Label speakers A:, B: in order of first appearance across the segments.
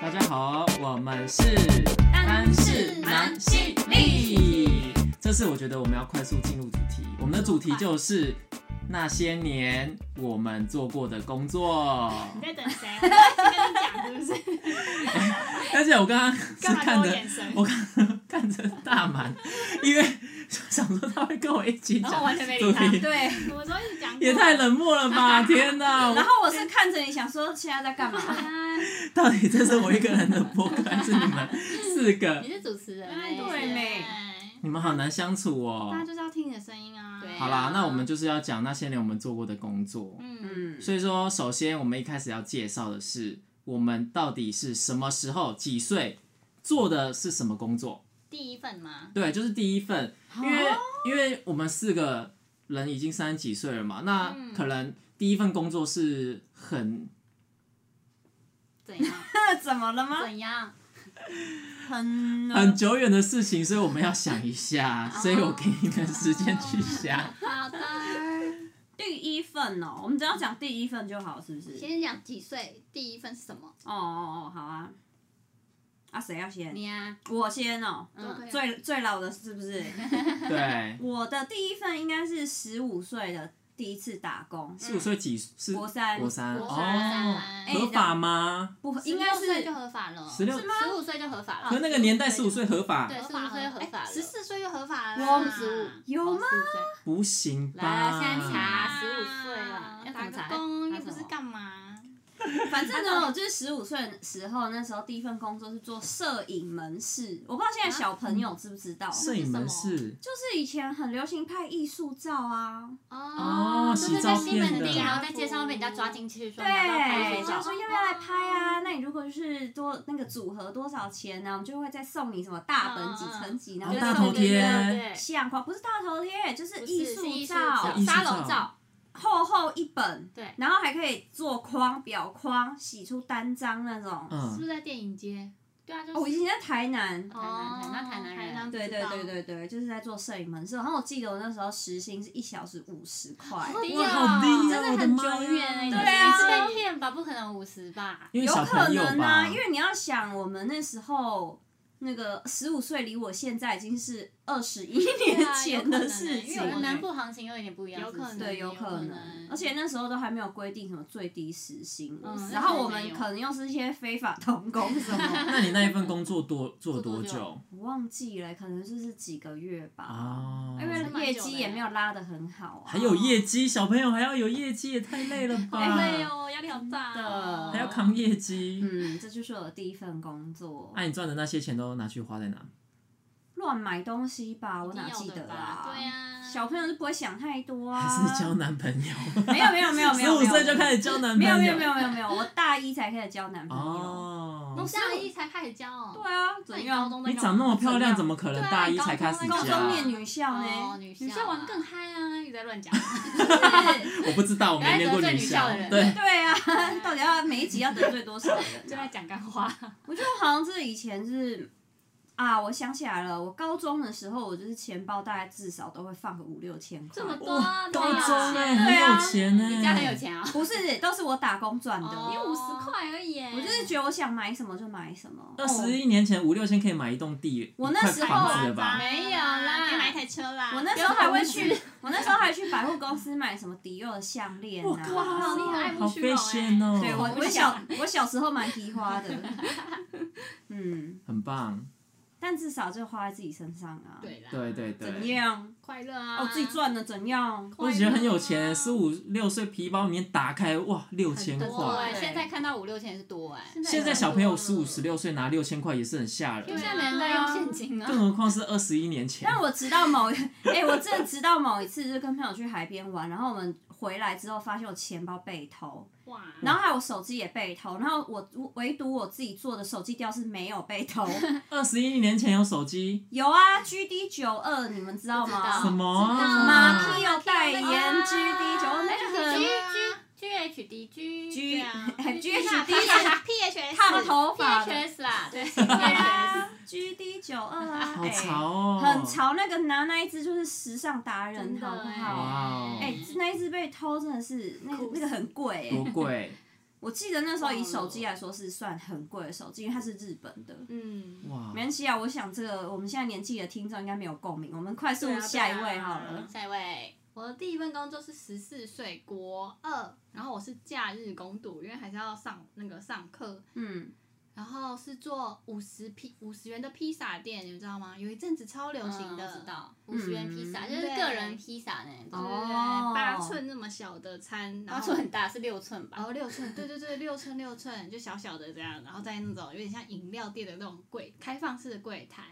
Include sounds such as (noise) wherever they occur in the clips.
A: 大家好，我们是
B: 单是男性力。
A: 这次我觉得我们要快速进入主题，我们的主题就是那些年我们做过的工
C: (laughs)
A: 作。
C: 你在等谁？我在跟你讲是不是？
A: 而且我刚刚是
C: 干嘛给
A: 看
C: 我
A: 着
C: 眼神？
A: 我刚看着大满，因为想说他会跟我一起
C: 然
A: 讲，
C: 后我完全没理他。
A: 对
B: 对，
C: 我说你讲过
A: 也太冷漠了
C: (laughs)
A: 吧！天哪，
B: 然
A: 我
B: 后我是看着你想说现在在干嘛？
C: 啊！
A: 到底这是我一个人的播客，还是你们四个
D: 你？是主持人、
C: 哎
D: 欸，
B: 对妹
A: 你们好难相处哦
C: 大。家就是要听你的声音啊。
D: 对
A: 好啦，那我们就是要讲那些年我们做过的工作。
C: (laughs) 嗯，
B: 嗯，
A: 所以说，首先我们一开始要介绍的是，我们到底是什么时候、几岁做的是什么工作？
C: 第一份吗？
A: 对，就是第一份，
D: 哦
A: 因为因为我们四个人已经三十几岁了嘛，那
C: 嗯
A: 可能第一份工作是很
C: 怎样？
B: 那怎么了吗？
C: 怎样？
B: 很呃
A: 很久远的事情，所以我们要想一下，
D: 哦
A: 所以我给你们时间去
D: (laughs)
A: 想。
C: 好的，
B: 第一份哦，我们只要讲第一份就好，是不是？
D: 先讲几岁，第一份是什么？
B: 哦哦哦，好啊。啊，谁要先？
D: 你啊，
B: 我先哦。
C: 都可以啊
B: 最最老的是不是？ (laughs)
A: 对，
B: 我的第一份应该是十五岁的第一次打工，
A: 十五岁几是
B: 国三
A: 国三
D: 国
C: 三
A: 哦，
D: 哎
A: 合法吗？
B: 不应该
D: 16岁就是合法了，
A: 16
D: 是吗？十五岁就合法了，
A: 可是那个年代十五岁合法
D: 对，十五岁就合法了，
C: 哎十四岁就合法了
B: 我
C: 啦，
D: 哦十五
B: 有吗？
A: 不行吧？
D: 来来现在查
C: 啊
D: 15岁了要怎么查
C: 打个工又
D: 查什
C: 不
D: 么
C: 是干嘛？
B: 反正呢，我就是十五岁的时候，那时候第一份工作是做摄影门市，我不知道现在小朋友知不知道，
A: 摄影门
D: 那
A: 市
B: 就是以前很流行拍艺术照啊，
A: 哦
D: 就是
A: 洗
D: 在
A: 照
D: 西门
A: 片的
D: 町，然后在街上被人家抓进去，说你要不要拍
B: 对，
D: 一
B: 就
D: 张
B: 是说要不要来拍啊？那你如果就是多那个组合多少钱呢、我们就会再送你什么大
D: 嗯
B: 本几层几，然后
A: 哦
B: 就
A: 大
B: 再
A: 头
B: 送
A: 贴
B: 你
D: 对，
B: 相框，不是大头贴，就是
D: 不是
B: 艺
D: 是
B: 术
D: 艺术
B: 照
A: 艺术
D: 沙
A: 照
D: 龙照，
B: 厚厚一本，
D: 对，
B: 然后还可以做框、表框，洗出单张那种。
D: 是不
A: 嗯，
D: 是在电影街？对啊，就
B: 哦，我以
D: 是
B: 前在台南，
D: 台南哦台南人
B: 对对对，对对，就是在做摄影门市。然后我记得我那时候时薪是一小时五十块，
D: 低
A: 哇，
D: 啊
A: 好低
D: 真
A: 哦，
D: 的
A: 我的
D: 很
A: 妈
D: 久远
A: 呀！
D: 哎，你
B: 对啊
D: 是被骗吧？不可能五十吧？
A: 因为
B: 有
A: 小
B: 可
A: 朋友
B: 能
A: 吧，
B: 啊，因为你要想，我们那时候那个十五岁，离我现在已经是二十一
D: 对
B: 年
D: 啊有
B: 前
D: 可能
B: 的
D: 欸
B: 事情
D: 因为
B: 了。
D: 我们南部行情有点不一样，
C: 有可能
D: 是不是
B: 对，有
C: 有可
B: 可能
C: 能，
B: 而且那时候都还没有规定什么最低时薪，
D: 嗯
B: 然后我
D: 那时候没
B: 们
D: 有
B: 可能又是一些非法童工什么，
A: 那你那一份工作多做多
D: 做多
A: 久
B: (laughs) 我忘记了，可能就是几个月
D: 哦
B: 吧，
A: 啊？
B: 因
D: 是蛮
B: 为业
D: 久的
B: 绩
D: 欸
B: 也没有拉得很好啊
A: 还。有业绩，小朋友还要有业绩，也太累了吧？
C: 哎呦，压力好大哦
B: 真的
A: 还要扛业绩。啊
B: 嗯，这就是我的第一份工作
D: 哎
A: 那，你赚的那些钱都拿去花在哪？
B: 乱买东西吧，我
D: 一定
B: 哪
D: 要
B: 记
D: 的
B: 得
D: 吧
B: 啊？
C: 对啊，
B: 小朋友就不会想太多啊。
A: 还是交男朋友？
B: 没有没有没 (laughs) 有没
A: 十
B: 有，
A: 五岁就
B: 始
A: 开始交男朋
B: 没
A: 友？
B: 有没有没有没有没有，我大一才开始交男朋友。
A: 哦
D: 你，大一才开始教哦，
B: 对啊，
D: 那
B: 怎
D: 你高
B: 样？
D: 中在
A: 你
D: 干
A: 长那
D: 嘛
A: 么漂亮，怎么可能
C: 对啊
A: 大一才开始
C: 高
B: 高
C: 中
B: 中念
A: 交？啊
B: 女校
D: 哦
B: 呢？
D: 女校
C: 女
D: 啊
C: 校玩更嗨啊！你在乱讲， (laughs)
A: 我不知道，我没念过
D: 原来得罪女
A: 校
D: 校的。人
A: 对，
B: 对啊， (laughs) 到底要每一集要得罪多少
C: 就
B: 人啊？
C: 在讲干话。
B: 我觉得好像是以前是啊，我想起来了，我高中的时候，我就是钱包大概至少都会放个五六千块
C: 这，么多啊
A: 哇，，
C: 对
A: 高
C: 啊
A: 中哎，
B: 对啊
A: 很有钱哎，
D: 你家很有钱啊？
B: 不是，都是我打工赚的。
D: 哦
C: 你五十块而已，
B: 我就是觉得我想买什么就买什么。
A: 二十
B: 哦
A: 一年前五六千可以买一栋地，
B: 我
A: 一
B: 那
A: 块
B: 时候啊
A: 房子了吧？
C: 没有啦，
D: 可以买一
C: 台车啦
B: 我那时候还会去，我那时候还去百货公司买什么迪奥的项链
A: 我
B: 啊。
A: 靠，
C: 好厉害
A: 好 fashion 哦！
B: 对嗯我，
C: 不
B: 我
C: 想
B: 小我小时候蛮提花的，嗯，
A: 很棒，
B: 但至少就花在自己身上啊。，
C: 哎对啦，
A: 对对
B: 怎
A: 对。
B: 样？
C: 快乐啊！
B: 哦，自己赚的怎样？
A: 我觉得很有钱，十五六岁皮包里面打开，哇，六千
D: 很多
A: 块。
D: 哎，现在看到五六千也是多哎，
A: 现在小朋友十五十六岁拿六千块也是很吓
D: 因
A: 人
D: 为，现在没人在用现金啊
A: 更。何况是二十一年前
B: 但。我直到某一， (laughs) 哎、我真的直到某一次，就跟朋友去海边玩，然后我们回来之后，发现我钱包被偷，
C: 哇，
B: 然后还有我手机也被偷，然后我唯独我自己做的手机吊饰没有被偷。
A: 二十一年前有手机，
B: 有啊，GD 九二，你们知道吗？
D: 不知
A: 什
D: 道
A: 么
C: 道
B: 哦马
A: 啊？
B: 屁有代言
C: 啊
B: GD 九二，那就很
D: 哦 G H D G
B: G-
D: 对啊
C: (laughs)
B: GHD
D: P H S
B: 烫头发
D: P
B: 的
D: H S 啦，对
B: 对 (laughs) 啊，GD 九二啊，
A: 好
B: 哎
A: 潮哦！
B: 很。潮。那个拿那一只就是时尚达人，
C: 真的
B: 好不
C: 哎
B: 好？
A: 哇哦
B: 哎、那一只被偷真的是，那
C: 酷死
B: 那个很贵、
A: 多
B: 哎
A: 贵？
B: 我记得那时候以
D: 忘了
B: 手机来说是算很贵的手机，因为它是日本的。
D: 嗯，
B: (laughs)
A: 哇
B: 没，关系啊，我想这个我们现在年纪的听众应该没有共鸣，我们快速
C: 对啊对
B: 下一
C: 啊
B: 位好了。
D: 下一位，
C: 我的呃第一份工作是十四岁国二，然后我是假日工读，因为还是要上那个上课，
B: 嗯，
C: 然后是做五十披五十元的披萨店，你们知道吗？有一阵子超流行的，
D: 嗯我知道，五十元披萨
B: 嗯
D: 就是
C: 对
D: 个人披萨呢，就
C: 对，
D: 是
B: 哦
C: 八寸那么小的餐，然
D: 八
C: 后
D: 寸很大，是六寸
C: 然
D: 吧？
C: 后六寸，对对对，六寸六寸，就小小的这样，然后在那种有点像饮料店的那种柜，开放式的柜台，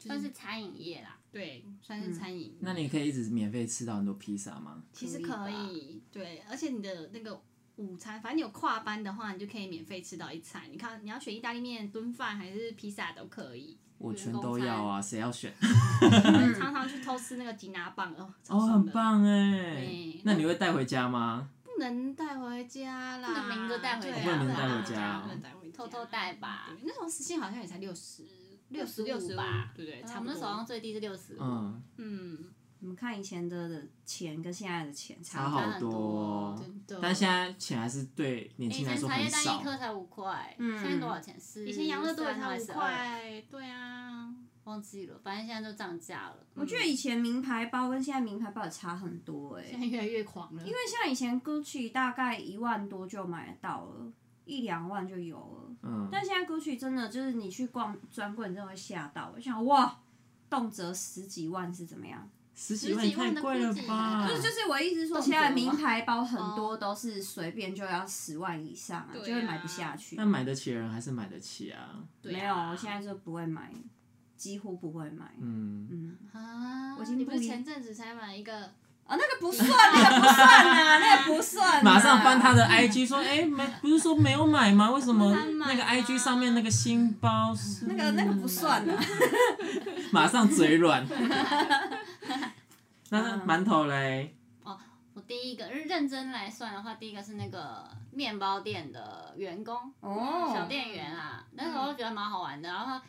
C: 就
D: 算是餐饮业啦，
C: 对，算
D: 嗯
C: 是餐饮。
A: 那你可以一直免费吃到很多披萨吗？
C: 其实可以，对，而且你的那个午餐，反正你有跨班的话，你就可以免费吃到一餐。你看，你要选意大利面、炖饭还是披萨都可
A: (laughs)
C: 以。
A: 我全都要啊，谁要选？
C: 常常去偷吃那个吉拿棒哦，超
A: 哦，
C: 爽
A: 很
C: 的，
A: 棒哎
C: 对！
A: 那你会带回家吗？
C: 不能带回家啦，
D: 不能明着带回
C: 对啊
A: 家不能带回
C: 对
A: 家哦
C: 啊不能带回家，
D: 偷偷带吧
C: 对。那时候时薪好像也才六十。六十六
D: 65
C: 十
D: 吧
C: 对对，
D: 他
C: 差不
D: 们那
C: 多。
D: 时候好像最低是六十五，
A: 嗯，
C: 嗯，
B: 你们看以前的的钱跟现在的钱差
A: 差
B: 不多。
A: 好
D: 很多
A: 多哦。
C: 真的。
A: 但现在钱还是对年
D: 以
A: 轻人来
D: 前
A: 说
D: 茶
A: 很
D: 叶蛋
A: 少
D: 一。颗才五块，
B: 嗯
D: 现在多少钱？是
C: 以前养乐多也才五，
D: 12
C: 块，对啊，
D: 忘记了，反正现在都涨价了。
B: 我觉得以前名牌包跟现在名牌包也差很多哎、
C: 现在越来越狂了。因
B: 因为像以前 Gucci 大概一万多就买得到了，一两万就有了。
A: 嗯，
B: 但现在 Gucci 真的就是你去逛专柜，你真的会吓到。我想哇，动辄十几万是怎么样？
A: 十几万也太贵了吧
D: 嗯
B: 不？是，就是我意思说，
D: 动辄
B: 现在
D: 吗
B: 名牌包很多都是随便就要十万以上啊，
C: 对啊
B: 就会买不下去。
A: 但买得起的人还是买得起啊。
C: 对啊
B: 没有，我现在就不会买，几乎不会买。
A: 嗯，
B: 嗯，
D: 啊，
B: 我已经
C: 你
B: 不
C: 不是
B: 理
C: 前阵子才买一个
B: 啊、那个不算，那个不算啊，那个不算、
A: 马上翻他。的 IG 说，哎，没，不是说没有买吗？为什么
C: 不是他买
A: 那个
C: 啊
A: IG 上面那个新包是？
B: 那个那个不算啊，
A: 马上嘴软。那馒头嘞？
D: 我第一个认真来算的话，第一个是那个面包店的员工，小
B: 哦，嗯
D: 店员啊，那时候觉得蛮好玩的。然后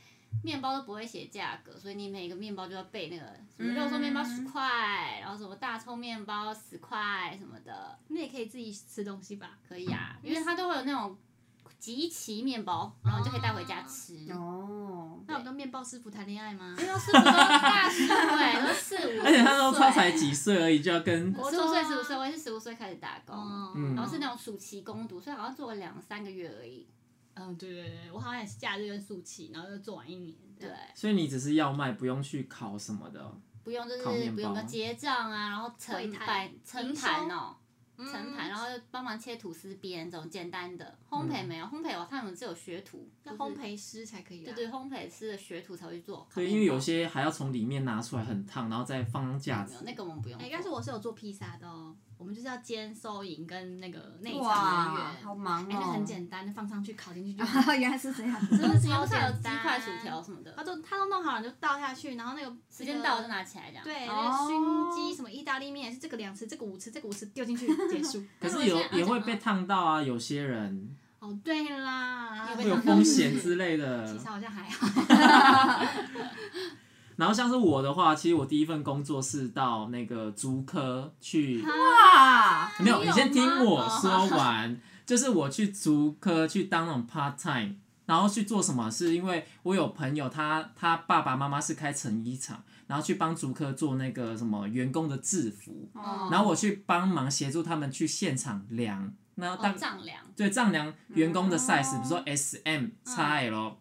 D: 面包都不会写价格，所以你每个面包就要背那个什么肉松面包十
B: 嗯
D: 块，然后什么大葱面包十块什么的，
C: 你也可以自己吃东西吧？
D: 可以啊，因为
B: 嗯
D: 它都会有那种集齐面包，然后你就可以带回家吃。
B: 哦，
C: 那我跟面包师傅谈恋爱吗？
D: 面包师傅都大叔哎、都四五，
A: 而且他都超才，几岁而已，就要跟
D: 我十五岁十五岁，我也是十五岁开始打工，
C: 哦
B: 哦
A: 嗯
D: 然后是那种暑期工读，所以好像做了两三个月而已。
C: 嗯，对对对，我好像也是假日跟暑期，然后又做完一年。
D: 对，
B: 嗯
A: 所以你只是要卖，不用去考什么的哦。
D: 不用就是
A: 烤面包
D: 不用结账啊，然后盛
C: 柜台
D: 盘盛盘哦，
C: 嗯
D: 盛盘，然后帮忙切吐司边这种简单的。烘
A: 嗯
D: 焙没有，烘焙我他们只有学徒，
C: 要
D: 就是
C: 烘。焙师才可以啊。
D: 对对，烘焙师的学徒才会做。
A: 对，因为有些还要从里面拿出来，很烫，然后再放架
D: 没
A: 子
D: 嗯有。那个我们不用
C: 哎，
D: 做。
C: 应该是我是有做披萨的哦。我们就是要兼收银跟那个内场人
B: 哇
C: 员，，
B: 好忙哦，
C: 哎，那很简单，就放上去烤进去就 (laughs) 好。
B: 啊， (laughs) 原来是这样。
D: 真的是
C: (laughs)
D: 有菜
C: 超
D: 有
C: 简
D: 鸡
C: 单
D: 块、薯条什么
C: 他
D: 的，
C: 都他都弄好了，你就倒下去，然后那个
D: 时间到了就拿起来这样。
C: 对，那个
B: 哦
C: 熏鸡什么意大利面，是这个两次，这个五次，这个五次丢进去结束。
A: 可是
D: 我
A: 有
D: 现在
A: 也会被烫到啊，有些人
C: 哦，对啦，
D: 有被
A: 会有
D: 烫到
A: 风险之类的
C: 其。实好像还好。
A: 然后像是我的话，其实我第一份工作是到那个竹科去，
B: 哇，
A: 没有，你先听我
D: 吗哦
A: 说完。就是我去竹科去当那种 part time，然后去做什么？是因为我有朋友他他爸爸妈妈是开成衣厂，然后去帮竹科做那个什么员工的制服，
B: 哦
A: 然后我去帮忙协助他们去现场量。那大
D: 哦，丈量。
A: 对，丈量员工的 size，、
B: 哦
A: 比如说 S、M、XL、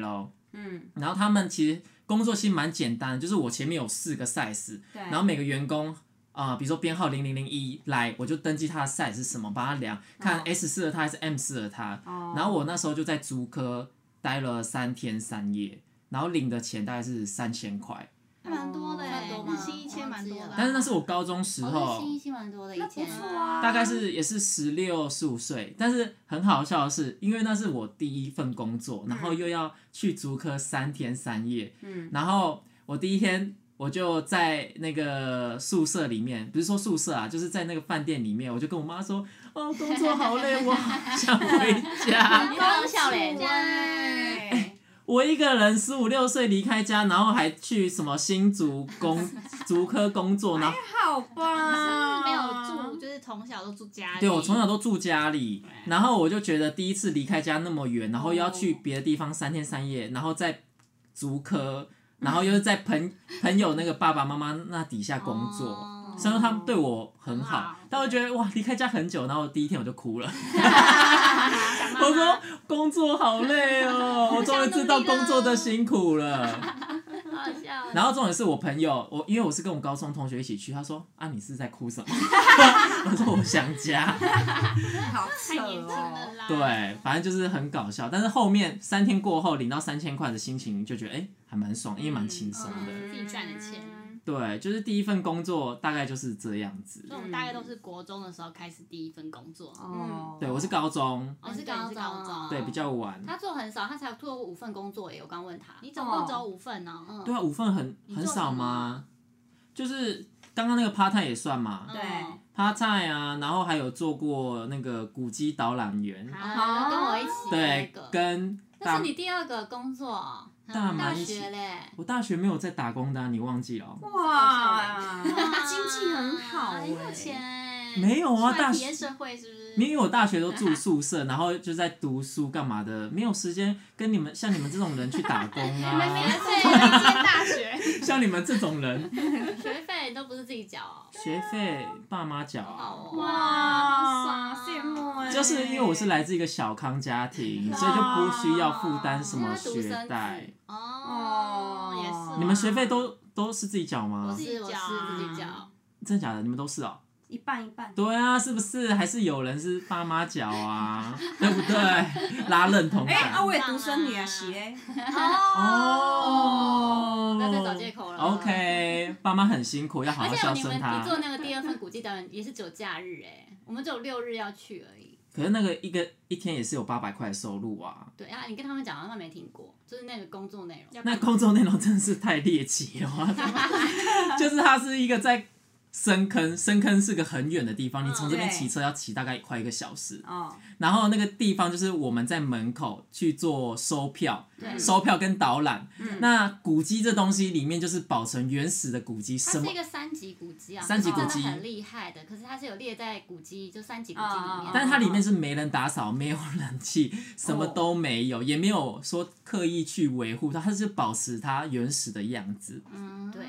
A: L，
B: 嗯，
A: 然后他们其实工作其实蛮简单的，就是我前面有四个 size，
B: 对，
A: 然后每个员工啊、呃比如说编号零零零一来，我就登记他的 size 是什么，帮他量，看
B: 哦
A: S 适合他还是 M 适合他。
B: 哦，
A: 然后我那时候就在竹科待了三天三夜，然后领的钱大概是三千块，
C: 还蛮多的
D: 蛮
C: 欸，
D: 多吗
C: 日薪一千蛮多
D: 我
C: 的
D: 忘记了
C: 啊。
A: 但是那是我高中时
D: 哦，
A: 候。
D: 那新一期蛮多的，以
B: 那不
D: 前
B: 错啊，
A: 大概是也是十六十五岁，但是很好笑的是，因为那是我第一份工作，然后又要去足科三天三夜，
B: 嗯，
A: 然后我第一天我就在那个宿舍里面，不是说宿舍啊，就是在那个饭店里面，我就跟我妈说，哦，工作好累，我好想回家。 (laughs)
D: 你好笑嘞，
B: 对，
A: 我一个人十五六岁离开家，然后还去什么新竹工竹科工作，然后
B: 好吧，
C: 没有住，就是同从小都住家里，
A: 对我从小都住家里，然后我就觉得第一次离开家那么远，然后又要去
C: 哦
A: 别的地方三天三夜，然后在竹科，
C: 嗯
A: 然后又是在朋朋友那个爸爸妈妈那底下工作。
C: 哦
A: 虽然说他们对我很好，
C: 很好
A: 但我觉得哇，离开家很久，然后我第一天我就哭
C: (laughs)
A: 了。
C: 想妈妈
A: 我说工作好累哦，
C: (laughs)
A: 我终于知道工作的辛苦
C: 哦
A: 了。
D: 好好笑。
A: 然后重点是我朋友，我因为我是跟我高中同学一起去，他说啊你是在哭什么？ (laughs) 我说我想家。
B: 好
C: 太
B: 扯
C: 年轻了
B: 哦。
C: 啦，
A: 对，反正就是很搞笑。但是后面三天过后领到三千块的心情，就觉得哎、诶还蛮爽，因为蛮轻松的。
C: 嗯自己赚的钱
A: 对，就是第一份工作大概就是这样子
C: 所以。我们大概都是国中的时候开始第一份工作，嗯
B: 哦，
A: 对，我是高中，
D: 我
C: 哦
D: 是
C: 对
D: 高
C: 你是
D: 中
C: 高中
D: 啊，
A: 对比较晚。
C: 嗯
D: 他做很少，他才做五份工作耶。我刚问他，
C: 你总共只有五份哦。
D: 嗯，
A: 对啊，五份很
C: 你
A: 很
C: 做
A: 少
C: 什么啊
A: 吗？就是刚刚那个 part time 也算嘛、
C: 嗯
B: 对
A: p a r t time 啊，然后还有做过那个古迹导览员，
D: 啊，跟我一起
A: 对
D: 那，个，
A: 跟
D: 那
A: 大
D: 是你第二个工作哦，
A: 大
C: 嗯
A: 蛮
D: 大
A: 一起
D: 学嘞。
A: 我大学没有在打工的啊、你忘记了哦、
B: 哇，
D: 哇
B: 经济
C: 啊
B: 很好哎，
D: 很
C: 欸
D: 有钱哎。
A: 没有啊
C: 出来
A: 大
C: 体
A: 学
C: 验社会是不是？
A: 因为我大学都住
D: (laughs)
A: 宿舍，然后就在读书干嘛的，没有时间跟你们像你们这种人去打工
D: (laughs)
A: 啊，
D: 对
C: 我一间大学， (laughs)
A: 像你们这种
D: (laughs)
A: 人，
D: 学费都不是自己缴哦，
A: 学费爸妈缴
D: 好
A: 啊，
D: 哦
B: 哇，好羡慕哎！
A: 就是因为我是来自一个小康家庭，所以就不需要负担什么
D: 因为他独
A: 学
D: 生哦
A: 贷
D: 子。
C: 哦，也是啊。
A: 你们学费都都是自己缴
D: 我
A: 吗
C: 自？己
D: 是我
C: 缴啊
D: 是自己缴，
A: 真的假的？你们都是哦？
B: 一半一半，
A: 对啊，是不是？还是有人是爸妈缴
D: (laughs)
A: 啊，对不对？拉认同
B: 哎啊，
A: 感。
B: 我也独生女啊，喜哎，
A: 哦，
D: 那再找借口了
A: OK，爸妈很辛苦，要好
D: 而
A: 好
D: 且
A: 孝
D: 你们
A: 顺
D: 你做
A: 他。
D: 那个第二份古迹导演也是只有假日哎，我们只有六日要去而已。
A: 可是那个一个一天也是有八百块的收入啊，
D: 对啊，你跟他们讲，他们没听过，就是那个工作内容。
A: 那工作内容真的是太猎奇了啊，
D: (laughs)
A: 就是它是一个在深坑，深坑是个很远的地
D: 嗯
A: 方，你从这边
B: 对
A: 骑车要骑大概快一个小时，
B: 哦，
A: 然后那个地方就是我们在门口去做收票，
D: 对
A: 收票跟导览。
B: 嗯
A: 那古迹这东西里面就是保存原始的古迹，
D: 它
A: 什
D: 是
A: 么
D: 一个三级古迹啊，
A: 三级
D: 是真
A: 古迹
D: 的很厉害的，可是它是有列在古迹，就三级古迹里
B: 哦
D: 面。
A: 但是它里面是没人打扫，没有冷气，什么都没有，也没有说刻意去维护它，它是保持它原始的样子。
D: 嗯对，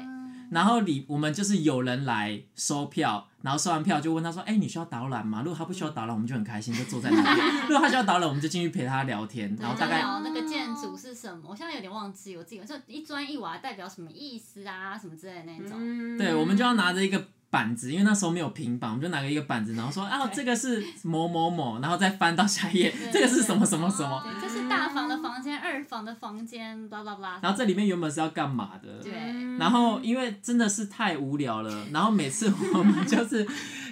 A: 然后里我们就是有人来收票，然后收完票就问他说：“哎、你需要导览吗？”如果他不需要导览，我们就很开心，就坐在那边；如果他需要导览，我们就进去陪他聊天。然后大概
D: 然后那个建筑是什么，我现在有点忘记，我自己就一砖一瓦代表什么意思啊，什么之类的那种。
B: 嗯，
A: 对，我们就要拿着一个板子，因为那时候没有平板，我们就拿着一个板子，然后说啊，这个是某某某，然后再翻到下一页，这个是什么什么什么，
D: 对，这是大房的房间，二房的房间，巴拉巴拉。
A: 然后这里面原本是要干嘛的？
D: 对，
B: 嗯
A: 然后因为真的是太无聊了，然后每次我
C: (laughs)
A: 们就是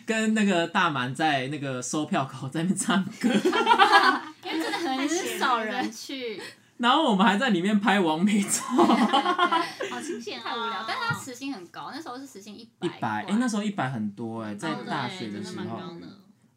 A: 跟那个大蛮在那个收票口在那边唱歌，
D: 因为真的很少人 (laughs) 去，
A: 然后我们还在里面拍完美照，
D: 对
C: 好清闲哦，
D: 太无聊。但是它时薪很高，那时候是时薪一
A: 一
D: 百
A: 百，
D: 块，
A: 哎，那时候一百很多哎、在
C: 哦对
A: 大学的
C: 真
A: 时
C: 蛮
A: 候，
C: 高的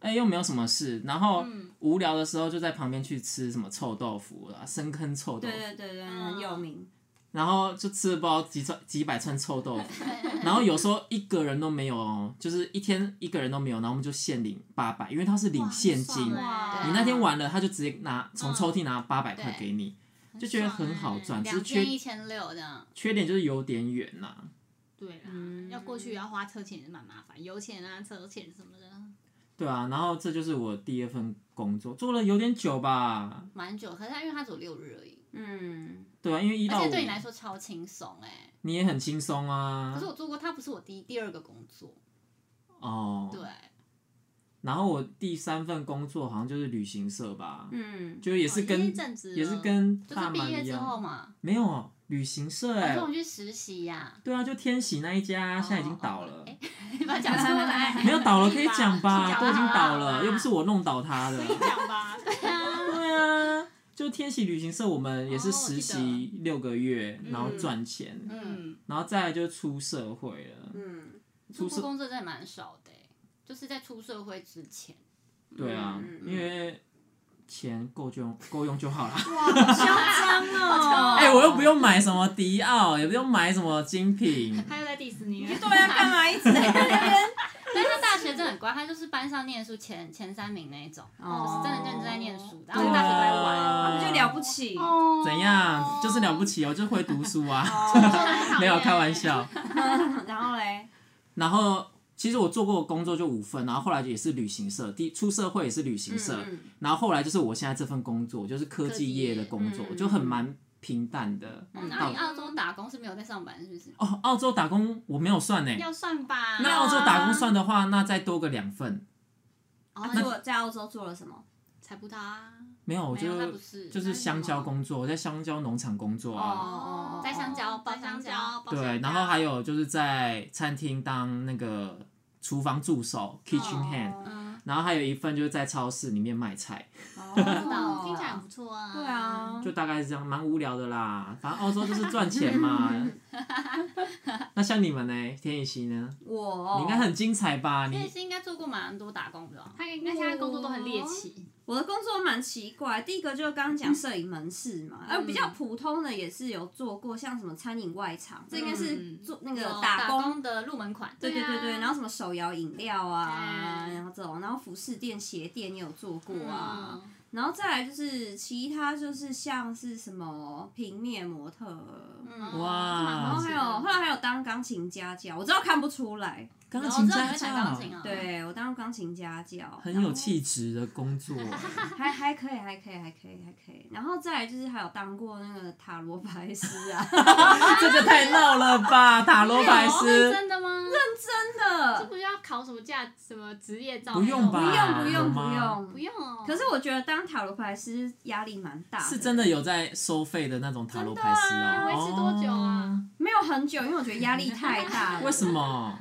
A: 哎、又没有什么事，然后
C: 嗯
A: 无聊的时候就在旁边去吃什么臭豆腐啦，深坑臭豆
B: 对
A: 腐，
B: 对对对，很有名，
A: 然后就吃了不知道几串几百串臭豆
C: (laughs)
A: 腐，然后有时候一个人都没有哦，就是一天一个人都没有，然后我们就现领八百，因为他是领现金，
C: 哇很爽
B: 哇，啊
D: 欸
A: 你那天晚了，他就直接拿从
C: 嗯
A: 抽屉拿八百块
D: 对欸
A: 给你，就觉得很好赚，只是
D: 两千
A: 缺
D: 一千六这样。
A: 缺点就是有点远呐、
C: 对啊啦
B: 嗯，
C: 要过去也要花车钱也是蛮麻烦，油钱啊、车钱什么的。
A: 对啊，然后这就是我第二份工作，做了有点久吧，
D: 蛮久，可是他因为他只有六日而已，
B: 嗯，
A: 对啊，因为一
D: 而
A: 到
D: 且
A: 五
D: 对你来说超轻松哎。
A: 你也很轻松啊，
D: 可是我做过，他不是我第一第二个工作，
A: 哦，
D: 对，
A: 然后我第三份工作好像就是旅行社吧，
B: 嗯，
A: 就是也是
C: 哦
A: 跟
C: 一阵子了
A: 也是跟
D: 就
A: 大
D: 是
A: 满
D: 毕业
A: 一
D: 之后
A: 样，
D: 嘛，
A: 没有哦，旅行社
D: 我
A: 哎、
D: 说我去实习呀，
A: 对啊，就天喜那一家啊
D: 哦
A: 现在已经倒了，
D: 哎，你把它讲出来，
A: (laughs) 没有倒了可以讲
C: 是
A: 吧？
C: 吧
A: 都已经倒
C: 是吧
A: 了，又不是我弄倒它的
C: 可。以讲吧？对啊，
A: 对啊，就天喜旅行社，我们也是
C: 哦
A: 实习六个月，
C: 嗯
A: 然后赚钱，
C: 嗯，
A: 然后再来就出社会了。
B: 嗯，
A: 出
D: 出
A: 社
D: 工作真的蛮少的欸，就是在出社会之前，
A: 对啊，
B: 嗯嗯
A: 因为钱够就用 (laughs) 够用就好了。
B: 好嚣张哦，
A: 哎、我又不用买什么迪奥，也不用买什么精品。
C: 哦他又在 diss 你了，
B: 对啊，干嘛一直在那边？
D: 但是他大学真的很很乖，他就是班上念书前前三名那一种，
B: 哦
D: 就是真的认真在念书，然
A: 对
D: 后
A: 啊
D: 大学都在
B: 他
D: 玩。
B: 们就了不起，
C: 哦
A: 怎样？就是了不起哦，就是会读书啊，
C: 哦
A: (laughs) 没有开玩。笑。
B: 然后嘞，
A: 然后其实我做过的工作就五份，然后后来也是旅行社，第出社会也是旅行社，
B: 嗯
A: 然后后来就是我现在这份工作，就是科技业的工作，
B: 科技业
A: 就很蛮平淡的。
D: 嗯然后你澳洲打工是没有在上班，是不是？
A: 哦，澳洲打工我没有算呢，
C: 要算吧。
A: 那澳洲打工算的话，那再多个两份，
D: 哦，
B: 嗯，做在澳洲做了什么？
C: 采葡萄啊，
A: 没有，我
D: 没有，他
A: 就
D: 不是，
A: 就是香蕉工作，我在香蕉农场工作啊，
D: 哦在香蕉
C: 包
D: 包香
C: 香
D: 蕉
C: 蕉，包香
A: 对，
C: 蕉
A: 然后还有就是在餐厅当那个厨房助手 kitchen
B: 哦
A: hand，、
D: 嗯，
A: 然后还有一份就是在超市里面卖菜，
D: 知
B: 哦，
D: 道
C: 听起来很不错啊。
D: 嗯
B: 对，啊，
A: 就大概是这样，蛮无聊的啦。反正澳洲就是赚钱嘛。那像你们呢，天一希呢？
B: 我
A: 你应该很精彩吧？
D: 叶
A: 你
D: 是应该做过蛮多打工的哦，
C: 他应该哎现在工作都很猎
A: (laughs)
C: 奇，
B: 我的工作蛮奇怪，第一个就是刚刚讲摄影门市嘛，呃，比较普通的也是有做过，像什么餐饮外场，这应该是
C: 嗯
B: 做那个
D: 有
B: 打工，
D: 工的入门款，
B: 对对对
C: 对
B: 对，
C: 啊
B: 然后什么手摇饮料啊，
D: 嗯
B: 然后这种，然后服饰店、鞋店也有做过啊，
D: 嗯
B: 然后再来就是其他就是像是什么平面模特儿，
D: 嗯
A: 哇
D: 这蛮
B: 然后
D: 好
B: 还
D: 奇的
B: 有后来还有当钢琴家教，我知道看不出来，
A: 钢
D: 然后
A: 琴
D: 我知道你
A: 家
D: 会弹钢琴
A: 教
D: 啊，，
B: 对我当钢琴家教，
A: 很有气质的工作，
B: 还还可以，还可以，还可以，还可以。然后再来就是还有当过那个塔罗牌师啊，
A: 这个太闹了吧？塔罗牌
C: 是
A: 师
C: 哦真的吗？
B: 真
C: 这
B: 的
C: 不是要考什么驾什么职业照？
A: 不用吧
B: 不用不
A: 有
B: 用不
A: 吗
B: 用
C: 不。用哦。
B: 可是我觉得当塔罗牌师压力蛮大
A: 是真
B: 的，
A: 的有在收费的那种塔罗牌师哦。
C: 维持多久啊？
B: 没有很久，因为我觉得压力太大
A: 哦？
B: 了。
A: 为什？么？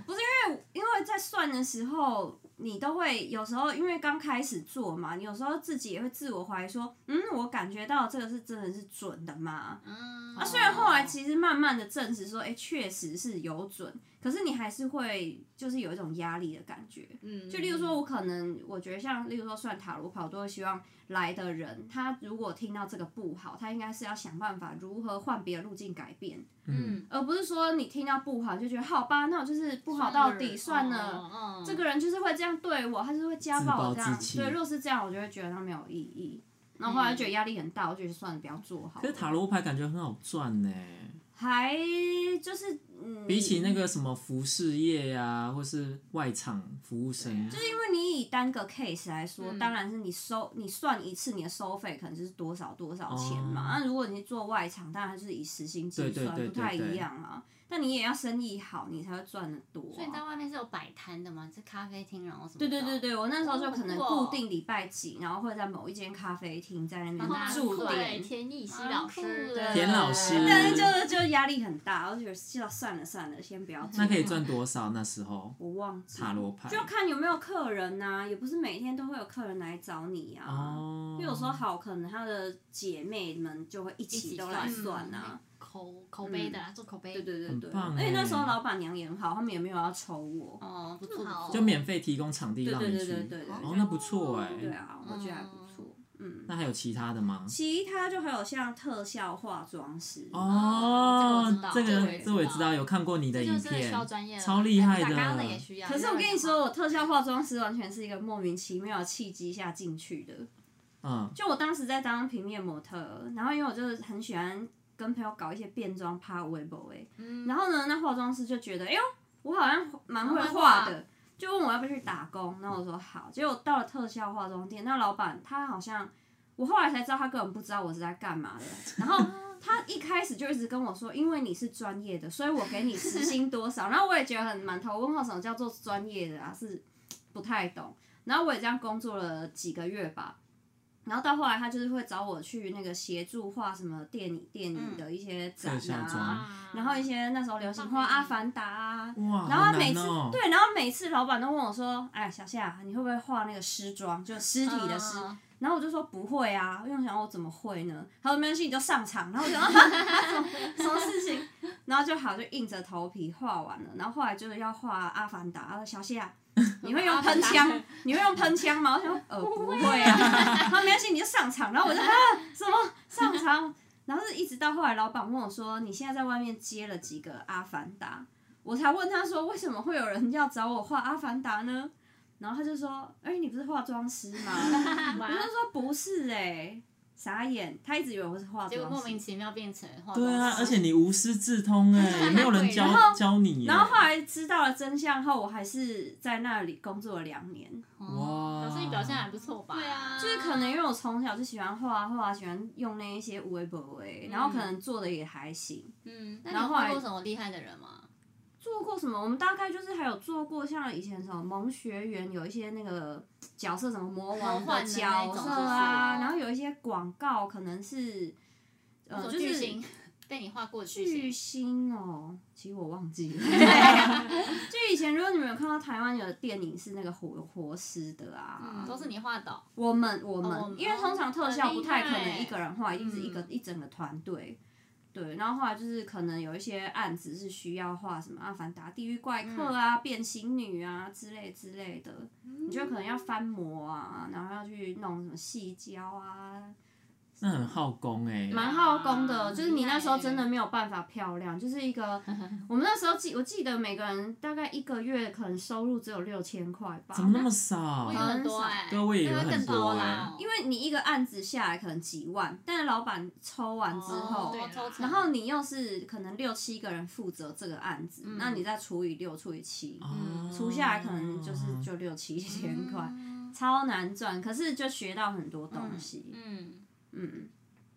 B: 因为在算的时候，你都会有时候因为刚开始做嘛，你有时候自己也会自我怀疑说，嗯，我感觉到这个是真的是准的吗？
A: 哦
C: 嗯，
B: 啊，虽然后来其实慢慢的证实说，哎、确实是有准，可是你还是会就是有一种压力的感觉。
C: 嗯
B: 就例如说，我可能我觉得像，例如说算塔罗牌，我都会希望来的人，他如果听到这个不好，他应该是要想办法如何换别的路径改变，
A: 嗯，
B: 而不是说你听到不好就觉得好吧，那我就是不好到底算
C: 哦
B: 了。
D: 嗯
B: 这个人就是会这样对我，他就是会家暴我
A: 自
B: 这样
A: 暴自。弃
B: 对，若是这样，我就会觉得他没有意义。
D: 嗯
B: 然后后来觉得压力很大，我就觉得算了，不要做好了。
A: 可是塔罗牌感觉很好赚呢，
B: 还就是嗯，
A: 比起那个什么服饰业呀、或是外场服务生，
B: 就是因为你以单个 case 来说，
C: 嗯
B: 当然是你收你算一次你的收费可能就是多少多少钱嘛。
A: 哦
B: 那、如果你是做外场，当然就是以时薪计
A: 对对
B: 算，
A: 对
B: 不
A: 对
B: 太
A: 对
B: 一样啊。但你也要生意好，你才会赚得多、
D: 所以你在
B: 啊。
D: 外面是有摆摊的吗？是咖啡厅，然后什么？
B: 对对对。对，我那时候就可能
D: 哦好酷
B: 固
D: 哦
B: 定礼拜几，然后会在某一间咖啡厅在那
C: 然
B: 边
C: 后
B: 驻
D: 很酷
C: 对
B: 点。
C: 田艺希
A: 啊
D: 蛮
C: 老
D: 酷
C: 师，
D: 的
A: 田老师
B: 但是就就压力很大，我就觉得算了算了，先不要做。
A: 那可以赚多少？那时候
B: 我忘记
A: 塔罗牌
B: 啊就看有没有客人呐、也不是每天都会有客人来找你啊。
A: 哦，
B: 因为有时候好，可能他的姐妹们就会一起都来算啊。
C: 口口碑的啦，做口碑，
B: 对对对对，
A: 嗯很棒
B: 而且那
A: 欸
B: 时候老板娘也很好，他们也没有要抽我。
D: 哦，不错
C: 嗯好
D: 不
A: 就
D: 错。
A: 免费提供场地
B: 对
A: 让
B: 对
A: 你
B: 对
A: 去，
B: 对对对
A: 哦，那不错哎、
B: 对啊，我觉得还不错。嗯，
A: 那还有其他的吗？
B: 其他就还有像特效化妆师，
A: 哦
D: 哦，
A: 这
D: 这
A: 个
D: 个
A: 我
D: 我
A: 知道
D: 知道
A: 这我也知道，有看过你的
C: 这
A: 影
C: 就真的
A: 片
C: 需，要专业了，
A: 超厉害的
C: 打刚的也需要。
B: 可是我跟你说，我特效化妆师完全是一个莫名其妙的契机下进去的。
A: 嗯，
B: 就我当时在当平面模特儿，然后因为我就是很喜欢跟朋友搞一些变装趴微博哎，然后呢，那化妆师就觉得，哎呦，我好像蛮会画
C: 蛮会
B: 的，就问我要不要去打工，然后我说好，结果到了特效化妆店，那老板他好像，我后来才知道他根本不知道我是在干嘛的，然后。他一开始就一直跟我说，因为你是专业的，所以我给你时薪多少。然后我也觉得很满头问号，什么叫做专业的啊？是不太懂。然后我也这样工作了几个月吧，然后到后来他就是会找我去那个协助画什么电影电影的一些展
A: 特效妆
B: 啊，
C: 啊，
B: 然后一些那时候流行画《阿凡达》啊。
A: 哇，
B: 然后
A: 好
B: 他每
A: 难
B: 次、
A: 哦，
B: 对，然后每次老板都问我说：“哎，小夏，你会不会画那个尸妆，就尸体的尸？”
D: 嗯
B: 然后我就说不会啊，因为我想我怎么会呢？他说没关系，你就上场。然后我就、啊、 (laughs) 什么什么事情？然后就好就硬着头皮画完了。然后后来就是要画《阿凡达》，他说小谢啊，你会用喷枪？你会用喷枪吗？我想说呃不会啊。他说没关系，你就上场。然后我就啊什么上场？然后是一直到后来老板问我说你现在在外面接了几个《阿凡达》，我才问他说为什么会有人要找我画《阿凡达》呢？然后他就说：“哎、你不是化妆师
D: (laughs)
B: 吗？”我就说：“不是哎、傻眼。”他一直以为我是化
D: 结果
B: 妆
D: 莫名
B: 师。
D: 其妙变成化妆
A: 对啊，
D: 师
A: 而且你无师自通哎、也没有人教
B: 然后
A: 教你、欸。
B: 然后后来知道了真相后，我还是在那里工作了两年。
A: 哇
D: 老师你表现还不错吧？
C: 对啊
B: 就是可能因为我从小就喜欢画画，喜欢用那一些无微不微，然后可能做的也还行。
C: 嗯，
D: 那
B: 然
D: 你有
B: 后后
D: 画
B: 来
D: 过什么厉害的人吗？
B: 做过什么？我们大概就是还有做过像以前什么萌学园有一些那个角色，什么魔王
D: 魔幻的那
B: 角
D: 种
B: 色
D: 就是
B: 啊，然后有一些广告可能是呃
D: 什么
B: 就
D: 巨
B: 是
D: 星 (laughs) 被你画过的
B: 巨
D: 巨星，
B: 星哦，其实我忘记
D: (laughs)
B: 了。就以前如果你们有看到台湾有电影是那个活活尸的啊
C: 嗯，
D: 都是你画的哦。
B: 我们我们、
D: 哦我们
B: 因为通常特效不太可
D: 很厉
B: 能
D: 害欸嗯
B: 一个人画，一定是一个、一整个团队。对，然后后来就是可能有一些案子是需要画什么《阿凡达》《地狱怪
D: 嗯
B: 客》啊、变形女》啊之类之类的，你就可能要翻模啊，然后要去弄什么细胶啊，
A: 那很耗工哎、
B: 蛮耗工的。
C: 啊
B: 就是你那时候
C: 很厉害
B: 真的没有办法漂亮，就是一
D: (laughs)
B: 个我们那时候记我记得每个人大概一个月可能收入只有六千块吧，
A: 怎么那么少
D: 我以为？很多哎、
A: 对啊我也以为
D: 那会
A: 很
D: 更
A: 多
D: 多
A: 欸
D: 啦，
B: 因为你一个案子下来可能几万，但是老板抽完之后，
D: 哦
C: 对啦
D: 抽成
B: 然后你又是可能六七个人负责这个案子，
C: 嗯
B: 那你再除以六除以七，
A: 哦
B: 嗯除下来可能就是就六七千块，超难赚。可是就学到很多东西，嗯
C: 嗯，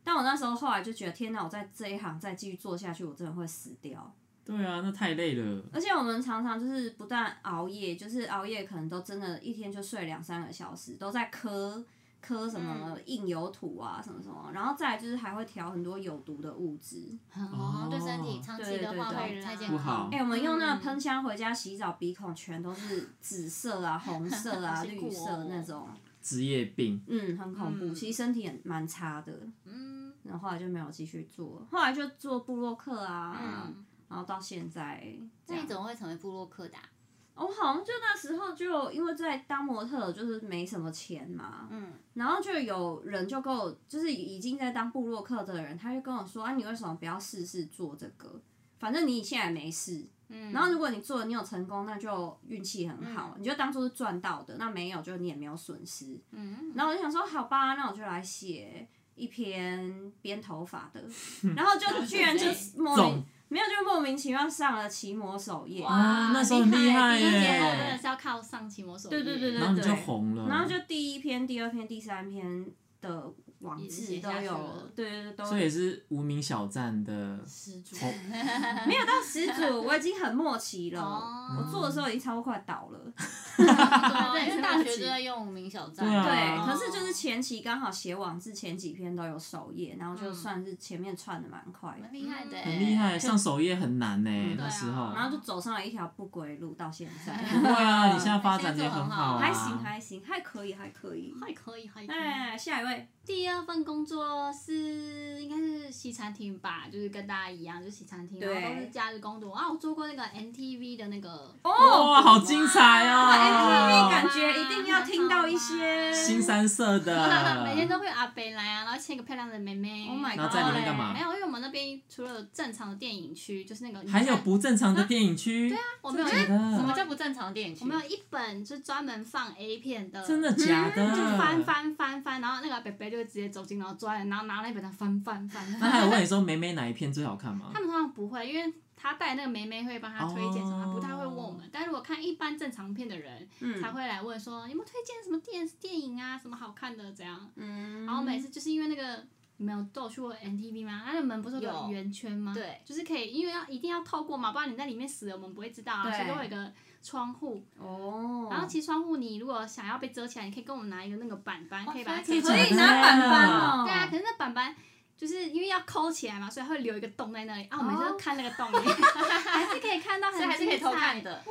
B: 但我那时候后来就觉得，天哪！我在这一行再继续做下去，我真的会死掉。
A: 对啊，那太累了。
B: 而且我们常常就是不但熬夜，就是熬夜可能都真的一天就睡两三个小时，都在磕磕什么
D: 嗯
B: 印油土啊什么什么，然后再来就是还会调很多有毒的物质。
D: 哦，对身体长期的话
B: 对
D: 会
C: 对对
D: 太健
C: 不
A: 好
D: 康
B: 哎、。我们用那
D: 嗯
B: 个喷枪回家洗澡，鼻孔全都是紫色啊、红色啊、
D: 好辛苦
B: 绿色
D: 哦
B: 那种，
A: 职业病，
B: 嗯，很恐怖。
C: 嗯
B: 其实身体也蛮差的，
C: 嗯
B: 然后后来就没有继续做，后来就做布洛克啊，
C: 嗯
B: 然后到现在这
D: 那
B: 样
D: 你。怎么会成为布洛克的啊、
B: 我好像就那时候就因为在当模特，就是没什么钱嘛，
D: 嗯，
B: 然后就有人就跟我，就是已经在当布洛克的人，他就跟我说：“啊，你为什么不要试试做这个？反正你现在也没事。
C: 嗯，
B: 然后如果你做了，你有成功，那就运气很好，你就当做是赚到的；那没有，就你也没有损失。
C: 嗯
B: 然后我就想说，好吧，那我就来写一篇编头发的，然后就居
C: (laughs)
B: 然就莫
A: 总
B: 名没有，就莫名其妙上了奇摩首页。
A: 啊那时候很厉害
C: 第一年后真的
A: 耶，
C: 是要靠上期魔手，
B: 对对对对
A: 然后你就红了，
B: 然后就第一篇、第二篇、第三篇的网志都
C: 也写下去
B: 有
C: 了，
B: 对对对，都
A: 所以也是无名小站的
B: (laughs)
C: 十足，
A: 红，
B: 没有到始祖，我已经很默契了。
C: 哦
B: 我做的时候已经差不多快倒了，
A: 嗯
D: 对，因为大学就在用无名小站。
A: 对啊
B: 对。
A: 哦
B: 可是就是前期刚好写网志前几篇都有首页，然后
C: 嗯
B: 就算是前面串的蛮快的
D: 蛮，厉害的、欸，
A: 很厉害，上首页很难呢、
B: 嗯
A: 那时候。
C: 对啊
B: 然后就走上了一条不归路，到现
C: (laughs)
B: 在
A: 对啊，你现在发展的也很好啊，
B: 还行还行，还可以还可以。
C: 还可以还可以。
B: 哎，下一位，
C: 第二份工作是应该是西餐厅吧，就是跟大家一样，就是西餐厅，
B: 对
C: 然后都是假日工作。啊，我做过那个 NTV 的那个，
B: 哦
A: 哇，好精彩哦
C: 哇
B: ，MTV
C: 哇
B: 感觉一定要听到一些
A: 新三色的，
C: (laughs) 每天都会有阿北来啊，然后牵一个漂亮的妹妹。
B: Oh my
A: (laughs)
B: god
A: 然后在里面干嘛
C: 没有，因为我们那边除了有正常的电影区，就是那个
A: 还有不正常的电影区，对啊，
C: 我们有
A: 真的假的
D: 什么叫不正常电影区？
C: 我们有一本就是专门放 A 片的，
A: 真的假的？
C: 嗯就翻翻翻翻，然后那个北北就会直接走进，然后抓人，然后拿那本他翻翻翻。
A: 那还有问你说美美哪一片最好看吗
C: 他？们通常不会，因为他带那个梅梅会帮他推荐什
A: 哦
C: 么，他不太会问我们。但如果看一般正常片的人，
B: 嗯
C: 才会来问说有没有推荐什么电电影啊，什么好看的怎样。
B: 嗯
C: 然后每次就是因为那个你们有都有去过 NTV 吗？那个门不是有
D: 有
C: 个圆圈吗？，
D: 对，
C: 就是可以，因为要一定要透过嘛，不然你在里面死了，我们不会知道啊。
B: 对
C: 所以都会有一个窗户，
B: 哦，
C: 然后其实窗户你如果想要被遮起来，你可以跟我们拿一个那个板板，可以把它
D: 所以
C: 遮起
B: 可
C: 来。
B: 以哎拿板哦板哦，
C: 对啊，可是那哎板板就是因为要抠起来嘛，所以它会留一个洞在那里啊。我们
B: 哦
C: 就看那个洞里，还是可以看 (laughs) 到很
D: 所以还是可以偷看
C: 的。
D: 的。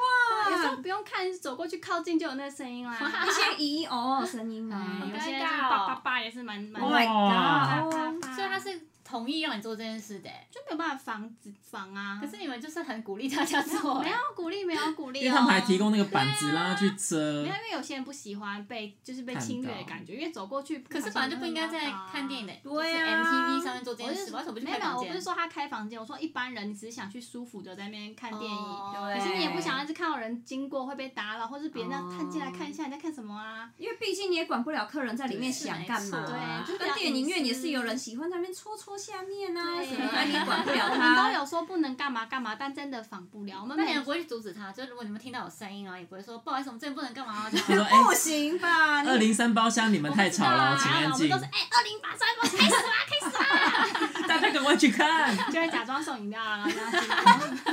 C: 有时候不用看，走过去靠近就有那个声音啦。
B: 一些咦哦的声音
C: 哎
B: 吗
D: 嗯？
C: 有些就是
D: 好尴尬哦
C: 叭叭叭也是蛮蛮。
B: Oh my
A: 哇
B: god！
C: 所
D: 所以
C: 以
D: 它
C: 它是
D: 是同意让你做这件事的、欸
C: 就没有办法防止防啊。
D: 可是你们就是很鼓励大家做、欸
C: 没有鼓励，没有鼓励、哦。
A: 因为他们还提供那个板子让他去遮
C: 没有，。因为有些人不喜欢被就是被
A: 看
C: 侵略的
A: 到
C: 感觉，因为走过去。
D: 可是本来就不应该在看电影的，
B: 对啊
D: 就是 MTV 上面做这
C: 我
D: 件
C: 是
D: 事，为什么不去
C: 没有
D: 开
C: 没有，
D: 房
C: 我不
D: 间
C: 是？说他开房间，我说一般人你只是想去舒服的在那边看电影，欸
D: 哦
C: 可是你也不
B: 对
C: 想要一直看到人经过会被打扰，或是别人要探进来看一下你在看什么啊。
B: 因为毕竟你也管不了客人在里面想干嘛、
C: 对是没错对就比
B: 跟
C: 较
B: 电影院也
C: 隐
B: 是
C: 私
B: 有人喜欢在那边搓搓下面啊什
D: 对
B: 么的，你管
C: (laughs)
B: 不了
C: 我们
B: 他。
C: 都有说不能干嘛干嘛，但真的防不了。我们
D: 那
C: 每
D: 你们
C: (laughs)
D: 不会去阻止他，就是如果你们听到有声音啊，也不会说不好意思，我们这里不能干嘛啊。这
A: 他
D: 样
A: 说：“哎、
B: 不行吧？
A: 二
B: 你
A: 零三包厢你们太吵了，请安
D: 我们
A: 静
D: 都，是哎，二零八三八开始啦，开始
A: (laughs)
D: 啦。
A: 大家赶快去看。
C: 就会假装送饮料啊，然后让他 (laughs)
D: (laughs)
C: 进来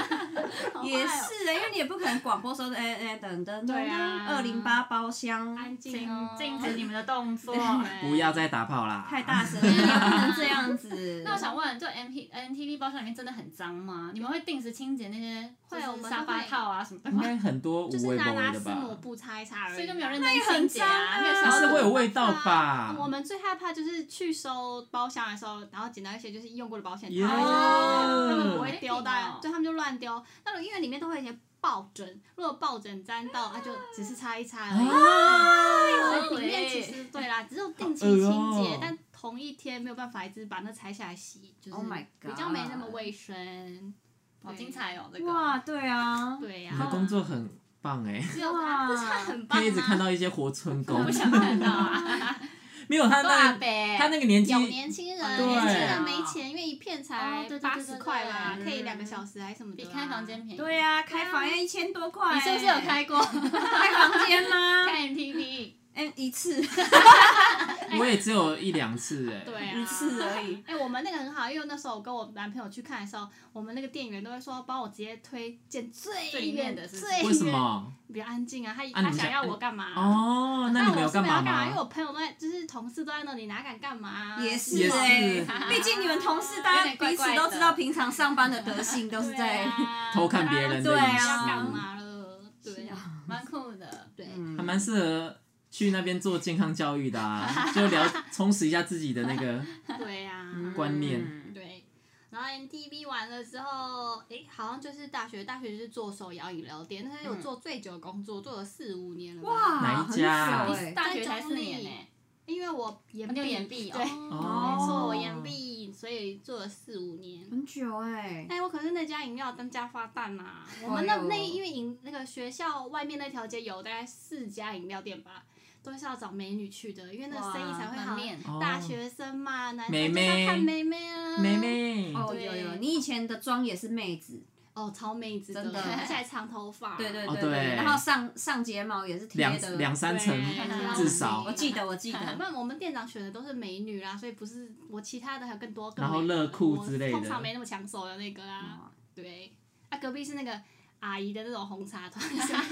B: 也
D: 哦
B: 是的、因为你也不可能广播说哎哎等等等
C: 对啊
B: 二零八包厢
C: 安
D: 请
C: 静哎哦，
D: (laughs) 禁
A: (laughs)
D: 止你们的
C: (laughs)
D: 动作。
C: 对
A: 不要再打炮啦！
B: 太大声了，你也不能这样子。
D: 那我想问，就 M P N T V 包厢里面真的很脏吗？你们会定时清洁那些
C: 会
D: 就是
C: 我们都
D: 沙发
C: 会
D: 套啊什么的
A: 应
D: 吗？
A: 该很多无
C: 就是
A: 微
C: 拿
A: 不微
C: 拿
A: 的
C: 丝抹
A: 吧，
C: 布擦一擦而已啊，
D: 所以就没有认
B: 那
D: 真
B: 也很
D: 清洁啊，
B: 脏啊
D: 没有
A: 还
D: 消
A: 是
D: 毒
A: 会有味道
C: 啊
A: 吧？
C: 我们最害怕就是去收包厢的时候，然后捡到一些就是用过的保险套，
A: 耶
C: 他们不会丢
D: 哦
C: 到，对他们就乱丢。那如果因为里面都会有一些抱枕，如果抱枕沾到，啊那就只是擦一擦而已。
A: 啊！
C: 所以里面其实对啦，只有定期
A: 好恶
C: 清洁
A: 哦，
C: 但同一天没有办法一直把那拆下来洗，就是
B: Oh my
C: 比较没那么
B: God
C: 卫生。
D: 好精彩哦，这个。
B: 哇，对啊，
C: 对呀
A: 你的，工作很棒哎、
C: 只有他，
B: 哇
C: 这算很棒
A: 可以一直看
C: 啊。
A: 到一些活春宫
D: 我。想看到啊，
A: (laughs) 没有他那
D: 大
A: 个
D: 北，
A: 他那个年纪
C: 有，年轻人，
A: 对
C: 年轻人没钱，因为一片
D: 哦
C: 才
D: 对对对
C: 八
D: 对
C: 十
D: 对
C: 块吧，
B: 对
C: 可以两个小时还是什么的
D: 比
C: 啊。
D: 开房间便宜。
B: 对呀、开房要一千多块、
D: 你是不是有开 (laughs) 过
B: 开房间吗？
D: 看 MTV？
B: 嗯，一次，
A: 我也只有一两次哎、
C: 对啊，
B: 一次
C: (laughs)
B: 而已。
C: 哎、我们那个很好，因为那时候我跟我男朋友去看的时候，我们那个店员都会说帮我直接推荐最
D: 最里面
C: 远
D: 的是不是
C: 最远
A: 为什么？
C: 比较安静啊，他、
A: 啊你
C: 他
A: 们想
C: 想要我干嘛？
A: 哦，那
C: 但
A: 你
C: 我
A: 们有
C: 是没有
A: 嘛
C: 干嘛？因为
A: 吗？
C: 我朋友都在，就是同事都在那里，哪敢干嘛、
B: 也
C: 是
A: 也
B: 是
A: 是
B: 哎、毕竟你们同事大家
D: 有点怪
B: 彼
D: 怪
B: 此
D: 的
B: 都知道，平常上班的德性都是
C: 对
B: 在，
C: 啊
A: 偷看别人的
C: 大家
B: 隐
C: 都
B: 私
C: 知道要干嘛了？对啊，
D: 蛮酷的。
C: 对。
B: 嗯
A: 还蛮适合去那边做健康教育的
C: (laughs)
A: 啊，就聊充实一下自己的那个。
C: 对呀、
A: 观念
B: 嗯
C: 对。然后 MTV 完了之后，诶，好像就是大学，大学就是做手摇饮料店，那是我做最久的工作，做了四五年了吧。
B: 哇，
A: 哪一家啊
B: 很久
A: 对
B: 哎、
D: 大学才四年呢、
C: 因为我
D: 欸，
C: 岩
D: 你
C: 壁
D: 有眼壁
C: 对，
A: 哦
C: 没错，我岩壁，所以做了四五年。
B: 很久哎、
C: 哎，我可是那家饮料当家花旦呐、我们那
B: 哎呦
C: 那因为饮那个学校外面那条街有大概四家饮料店吧，都是要找美女去的，因为那
B: 哇
C: 生意才会
D: 门
C: 好。
D: 面。
A: 哦
C: 大学生嘛，男
A: 妹
C: 生就是
A: 妹
C: 要看妹妹啊。
A: 妹。妹，
B: 哦，
C: 对
B: 有有，你以前的妆也是妹子，
C: 哦，超妹子
B: 真的
C: 而且还长头发。
B: 对对
A: 哦
B: 对
A: 对
B: 然后上上睫毛也是贴
A: 两
B: 的，
A: (laughs) 两三层
C: 对
A: 至少
B: 我记得我
C: (laughs)
B: 记得，
C: 那我们店长选的都是美女啦，所以不是我其他的还有更多更
A: 然后
C: 美的
A: 乐裤之类的
C: 我通常没那么抢手的那个啦。对，啊，隔壁是那个阿姨的那种红茶团， (laughs)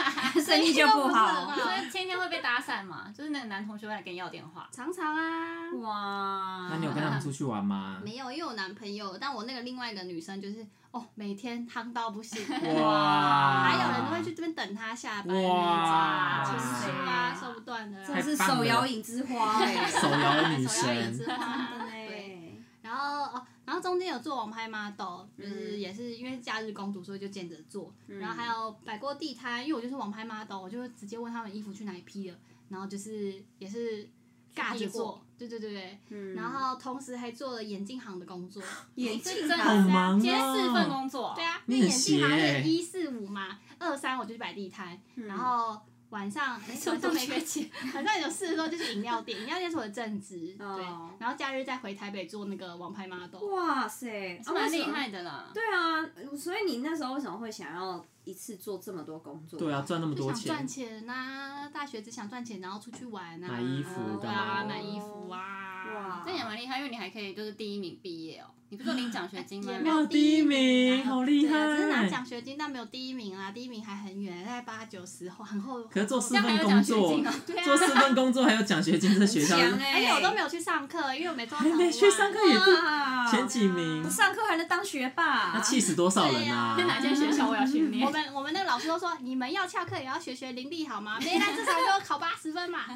B: 生意就不好。
D: 所以天天会被打散嘛，就是那个男同学会来跟你要电话。
C: 常常啊。
B: 哇，
A: 那你有跟他们出去玩吗？
C: 没有，因为我男朋友，但我那个另外一个女生就是哦，每天夯到不行，
A: 哇
C: 还有人都会去这边等她下班的那种
A: 哇
C: 啊，情书啊，收不断的
B: 真的
C: 啦，
B: 是手摇影之花哎、
A: 手摇女
C: (laughs) 手摇椅
A: 神
C: 之，花对。
B: 对，
C: 然后哦，然后中间有做网拍 model，就是也是因为假日工读，所以就兼着做。
B: 嗯欸
C: 然后还有摆过地摊，因为我就是网拍 model，我就会直接问他们衣服去哪里批的，然后就是也是尬着做，对对对对。
B: 嗯
C: 然后同时还做了眼镜行的工作，
B: 眼镜
D: 真的
A: 好
B: 行
A: 忙
D: 今天四份
A: 哦。
D: 工作，
C: 对，啊，
A: 你
C: 那
A: 很
C: 眼镜行
A: 邪欸
C: 是一四五嘛，二三我就去摆地摊，然后。晚上，诶晚上没 (laughs)
D: 钱，
C: 晚上有事的时候就是饮料店，饮料店是我的正职，对
B: 哦。
C: 然后假日再回台北做那个网拍 model，
B: 哇塞，啊
D: 是蛮厉害的啦。
B: 对啊，所以你那时候为什么会想要一次做这么多工作？
A: 对啊，，赚那么
C: 就
A: 多
C: 想赚
A: 钱，
C: 钱呐、大学只想赚钱，然后出去玩啊，
A: 买衣服
C: 对
A: 干嘛
C: 啊，
A: 的
C: 买衣服啊，
B: 哇
D: 这也蛮厉害，因为你还可以就是第一名毕业哦。你不是说领奖学金吗
C: 也？没有
A: 哇，第一名，好厉
C: 对啊只是拿
A: 害！
C: 奖学金，但没有第一名啊，第一名还很远，在八九十后，很后。
A: 可是做四
D: 这样还
A: 份
D: 有
A: 工
D: 奖学
A: 作
D: 金哦，
A: 做四份工作还有奖学金，这学校
B: 强哎、
C: 而且我都没有去上课，因为我没做到。
A: 还没去上课也不
B: 哇
A: (laughs) 前几名
B: 不，上课还能当学霸，
A: 那气死多少人啊
D: 在！哪间学校
C: (laughs)
D: 我要训
C: 我
D: 练？
C: 们我们那个老师都说，你们要翘课也要学学林立好吗？没啦，至少给我考八十分嘛。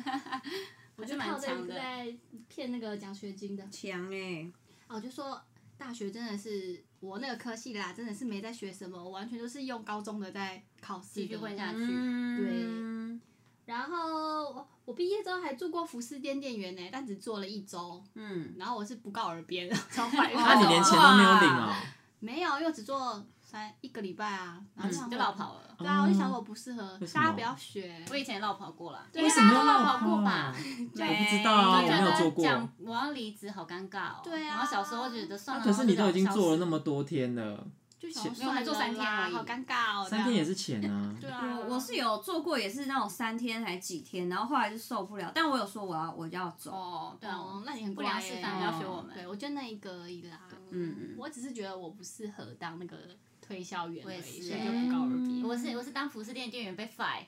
C: 我
D: 还是蛮
C: 靠这
D: 强
C: 个
D: 的
C: 在骗那个奖学金的。
B: 强哎、
C: 哦，我就说大学真的是我那个科系啦，真的是没在学什么，我完全都是用高中的在考试的。
D: 继续混下去。
B: 嗯，
C: 然后我我毕业之后还做过服饰店店员呢、但只做了一周。
B: 嗯，
C: 然后我是不告而别的， (laughs) 超
D: 哦
C: 坏的。
A: 那、你连钱都没有领哦、
C: 没有，因为我只做三一个礼拜啊，然后想
D: 嗯就
C: 说
D: 绕。跑了。
C: 对啊，我就想我不适合，
A: 哦什么
C: 大家不要学。
D: 我以前也绕跑过了，
C: 对
A: 为什么要绕
D: 大家都啊绕跑过吧？
A: 我不知道
B: 哎
A: 啊，我
D: 就觉
A: 没有
D: 得
A: 做过。
D: 讲我要离职好尴尬哦。
C: 对啊
D: 然后小时候觉得算
A: 那
D: 了。
A: 啊可是你都已经做了那
D: 么
A: 么多天了，
C: 就想说
D: 没有还做
C: 算
D: 三
C: 了
D: 天
C: 啦
D: 而已
C: 好尴尬哦。
A: 三天也是
C: 是。
A: 钱啊。
C: 对啊，
B: 我我是有做过，也是那种三天还几天，然后后来就受不了，但我有说我要我要走，
D: 哦，对啊，
C: 哦
D: 我，
C: 那你很
D: 不良
C: 乖
D: 示
C: 欸
D: 范，不要学我们。
C: 对，我就那一个而已啦。
B: 嗯嗯
C: 我只是觉得我不适合当那个推销员
D: 我
C: 而
D: 也
C: 已，
D: 是
C: 所以
D: 欸
C: 就不告而别。
D: 我是我是当服饰店店员被 fire，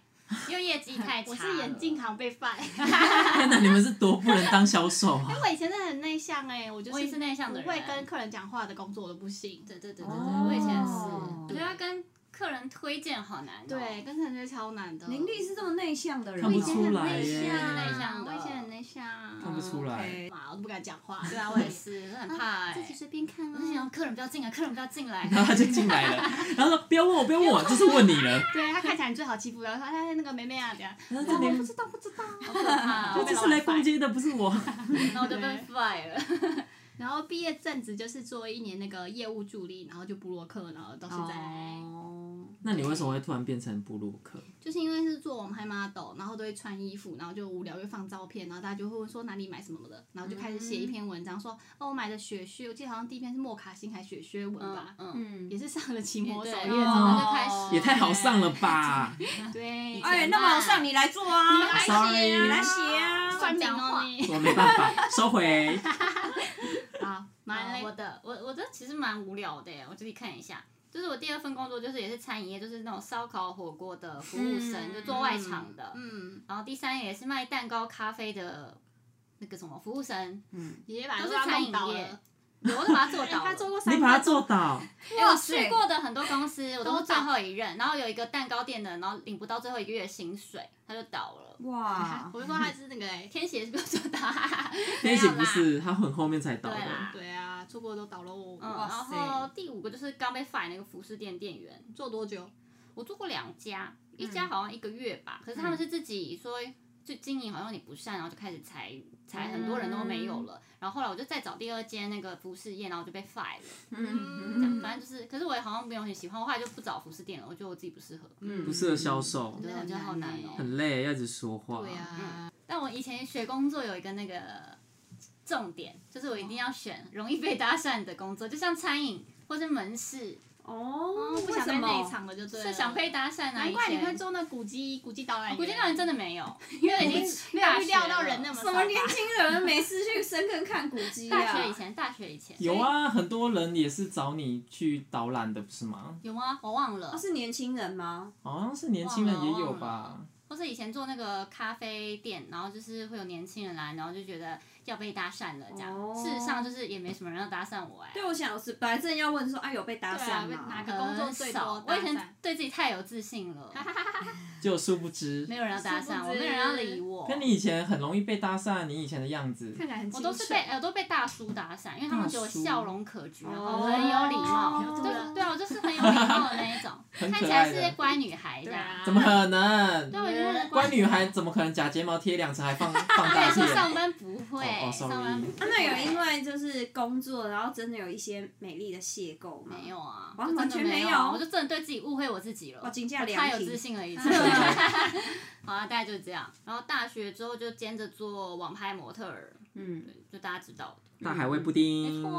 D: 因为业绩太差。
C: 我是眼镜，行 (laughs) 被 f
A: 天哪，你们是多不能当销售啊！
C: 我以前真的很内向哎、我就
D: 我也是内向的人
C: 不会跟客人讲话的工作我都不行。
D: 对对对对对，
A: 哦
D: 我以前也是，
B: 哦
D: 我觉得要跟客人推荐好难哦。
C: 对，跟客人就是超难的。
B: 林立是这么内向的人哦，
A: 看不出来
C: 我以前
A: 耶
C: 很内
D: 内向
C: 向，
D: 的
C: 我以前很内向，
A: 看不出来
B: OK
C: 嘛，我都不敢讲话。
D: 对
C: (laughs)
D: 啊，我也是，很怕哎。
C: 自己随便看
D: 我是想
C: 啊。
D: 客人不要进来，客人不要
A: (laughs)
D: 进来。
A: 然后他就进来了，然后说不要问我，不要问我，就是问你了。
C: 对啊他看起来你最好欺负，然后他他那个妹妹啊，这样。
A: 然后这边
C: 不知道不知道。
D: 好
C: (laughs)
D: 可怕
A: 我
D: 哦
A: 只是来逛街的，不是
D: (laughs)
A: 我。
D: 然后我就被 fire 了。
C: 然后毕业正职就是做一年那个业务助理，然后就布洛克，然后都是在。
B: 哦，
A: 那你为什么会突然变成布鲁
D: (laughs)
A: 克？
C: 就是因为是做网拍 model，然后都会穿衣服，然后就无聊就放照片，然后大家就会问说哪里买什么的，然后就开始写一篇文章说，哦，我买的雪靴，我记得好像第一篇是莫卡星还雪靴文吧，
D: 嗯，
B: 嗯
C: 也，是上了奇摩首页
D: 对
C: 之
A: 哦
C: 后
D: 就开始
A: 也太好上了吧！
C: 就对，
B: 哎，
D: 前
B: 那么
D: 半
B: 好上你来做啊，
C: 来
A: 写啊 Sorry
B: 你来写啊，
C: 算命
D: 讲
C: 哦
D: 话
C: 你，
A: 我没办法，收
D: (laughs)
A: 回。
C: 好，蛮
D: 啊
C: 累
D: 我，的我我的其实蛮无聊的耶，我自己看一下。就是我第二份工作，就是也是餐饮业，就是那种烧烤火锅的服务生，
B: 嗯
D: 就做外场的。
C: 嗯，
D: 然后第三也是卖蛋糕、咖啡的，那个什么服务生，
B: 嗯，
C: 爷爷把
D: 都是
C: 他
D: 餐
C: 弄
D: 饮
C: 倒
D: 业
C: 了，。
D: 对我都把它做
C: (laughs)
D: 倒
C: 他
D: 了。
C: 做过三
A: 你
C: 份
A: 把它做
D: (laughs)
A: 倒，
D: 哎我
B: 哇
D: 去
B: 塞
D: 过的很多公司，我都
C: 都
D: 是最
C: 倒
D: 后一任。然后有一个蛋糕店的，然后领不到最后一个月的薪水，他就倒了。
B: 哇，
C: 我就说他是那个哎，
D: 天蝎是不是做 (laughs) 倒？
A: 那一集不是他很后面才倒
D: 对
A: 的
D: 啦。
C: 对啊，做过都倒了我，
D: 嗯，然
B: 哇塞
D: 后第五个就是刚被 fire 那个服饰店店员，
C: 做多久？
D: 我做过两家，
C: 嗯
D: 一家好像一个月吧，可是他们是自己说就经营好像你不善，然后就开始裁裁很多人都没有
C: 嗯
D: 了，然后后来我就再找第二间那个服饰业，然后我就被 fire 了，
B: 嗯，
C: 嗯
D: 反正就是，可是我也好像没有很喜欢，我后来就不找服饰店了，我觉得我自己不适合，
C: 嗯
A: 不适合销售，
D: 对，我觉得好难哦、
A: 很累，要一直说话。
C: 对
D: 嗯
C: 啊，
D: 但我以前学工作有一个那个重点，就是我一定要选容易被搭讪的工作，就像餐饮或是门市，
B: 哦，
C: 不想
B: 为
C: 在
B: 什么
C: 那一场了就对了，
D: 是想被搭讪啊。
C: 哦难怪你
D: 以前
C: 会做那古迹古迹导览员，
D: 我觉得那人真的没有，因为已经
C: 没
D: 大
C: 有
D: 学
C: 预料到人那
D: 了
C: 么
B: 什么年轻人没事去深坑看古迹
D: 大
B: 啊？
D: 学以前，大学以前
A: 有啊，很多人也是找你去导览的，不是吗？
D: 有吗？我忘了
B: 他，是年轻人吗？
A: 好像是年轻人也有
D: 忘
A: 吧。
D: 或是以前做那个咖啡店，然后就是会有年轻人来，然后就觉得要被搭讪了这样。
B: 哦
D: 事实上就是也没什么人要搭讪我哎、
B: 对，我想是本来正要问说，哎，有被搭
C: 对啊
B: 讪
C: 被
B: 吗
C: 哪？个工作
D: 呃很
C: 最
D: 少
C: 多，
D: 我
C: 搭
D: 以
C: 讪
D: 前对自己太有自信了，
A: 就殊不知
D: 没，有人要搭
C: 殊不
D: 讪
C: 知
D: 我，没有人要理我。
A: 跟你以前很容易被搭讪，你以前的样子。
C: 看起来很
D: 我都是被呃都被大叔搭讪，因为他们觉得我
A: 大叔
D: 笑容可掬，然后
B: 哦
D: 很有礼貌，
B: 有这
D: 对
B: 么
D: 对啊，我就是很有礼貌的那一种，
A: 很
D: 看
A: 可
D: 起
A: 爱
D: 来
A: 的
D: 是乖女孩这样。
A: 怎么 (laughs) 可能？
D: 对，我觉得
A: 乖女孩怎么可能假睫毛贴两层还放
D: (laughs)
A: 放大
D: 对，说
A: 片？
D: 上班不会，
A: 哦哦
D: 上
A: ，sorry
D: 班不
B: 他
D: 会
B: 们啊有因为就是工作，然后真的有一些美丽的邂逅吗？
D: 没有啊，
B: 完
D: 就真的
B: 完全
D: 没
B: 没
D: 啊
B: 有
D: 我就真的对自己误会我自己了，
B: 哦金价
D: 我
B: 良
D: 太有
B: 品
D: 自信了一
B: (laughs)
D: 次。
B: 啊
D: 好啊，大概就是这样。然后大学之后就兼着做网拍模特儿，
B: 嗯，
D: 对，就大家知道的。
A: 大海味布
D: 没
A: 丁。
D: 错，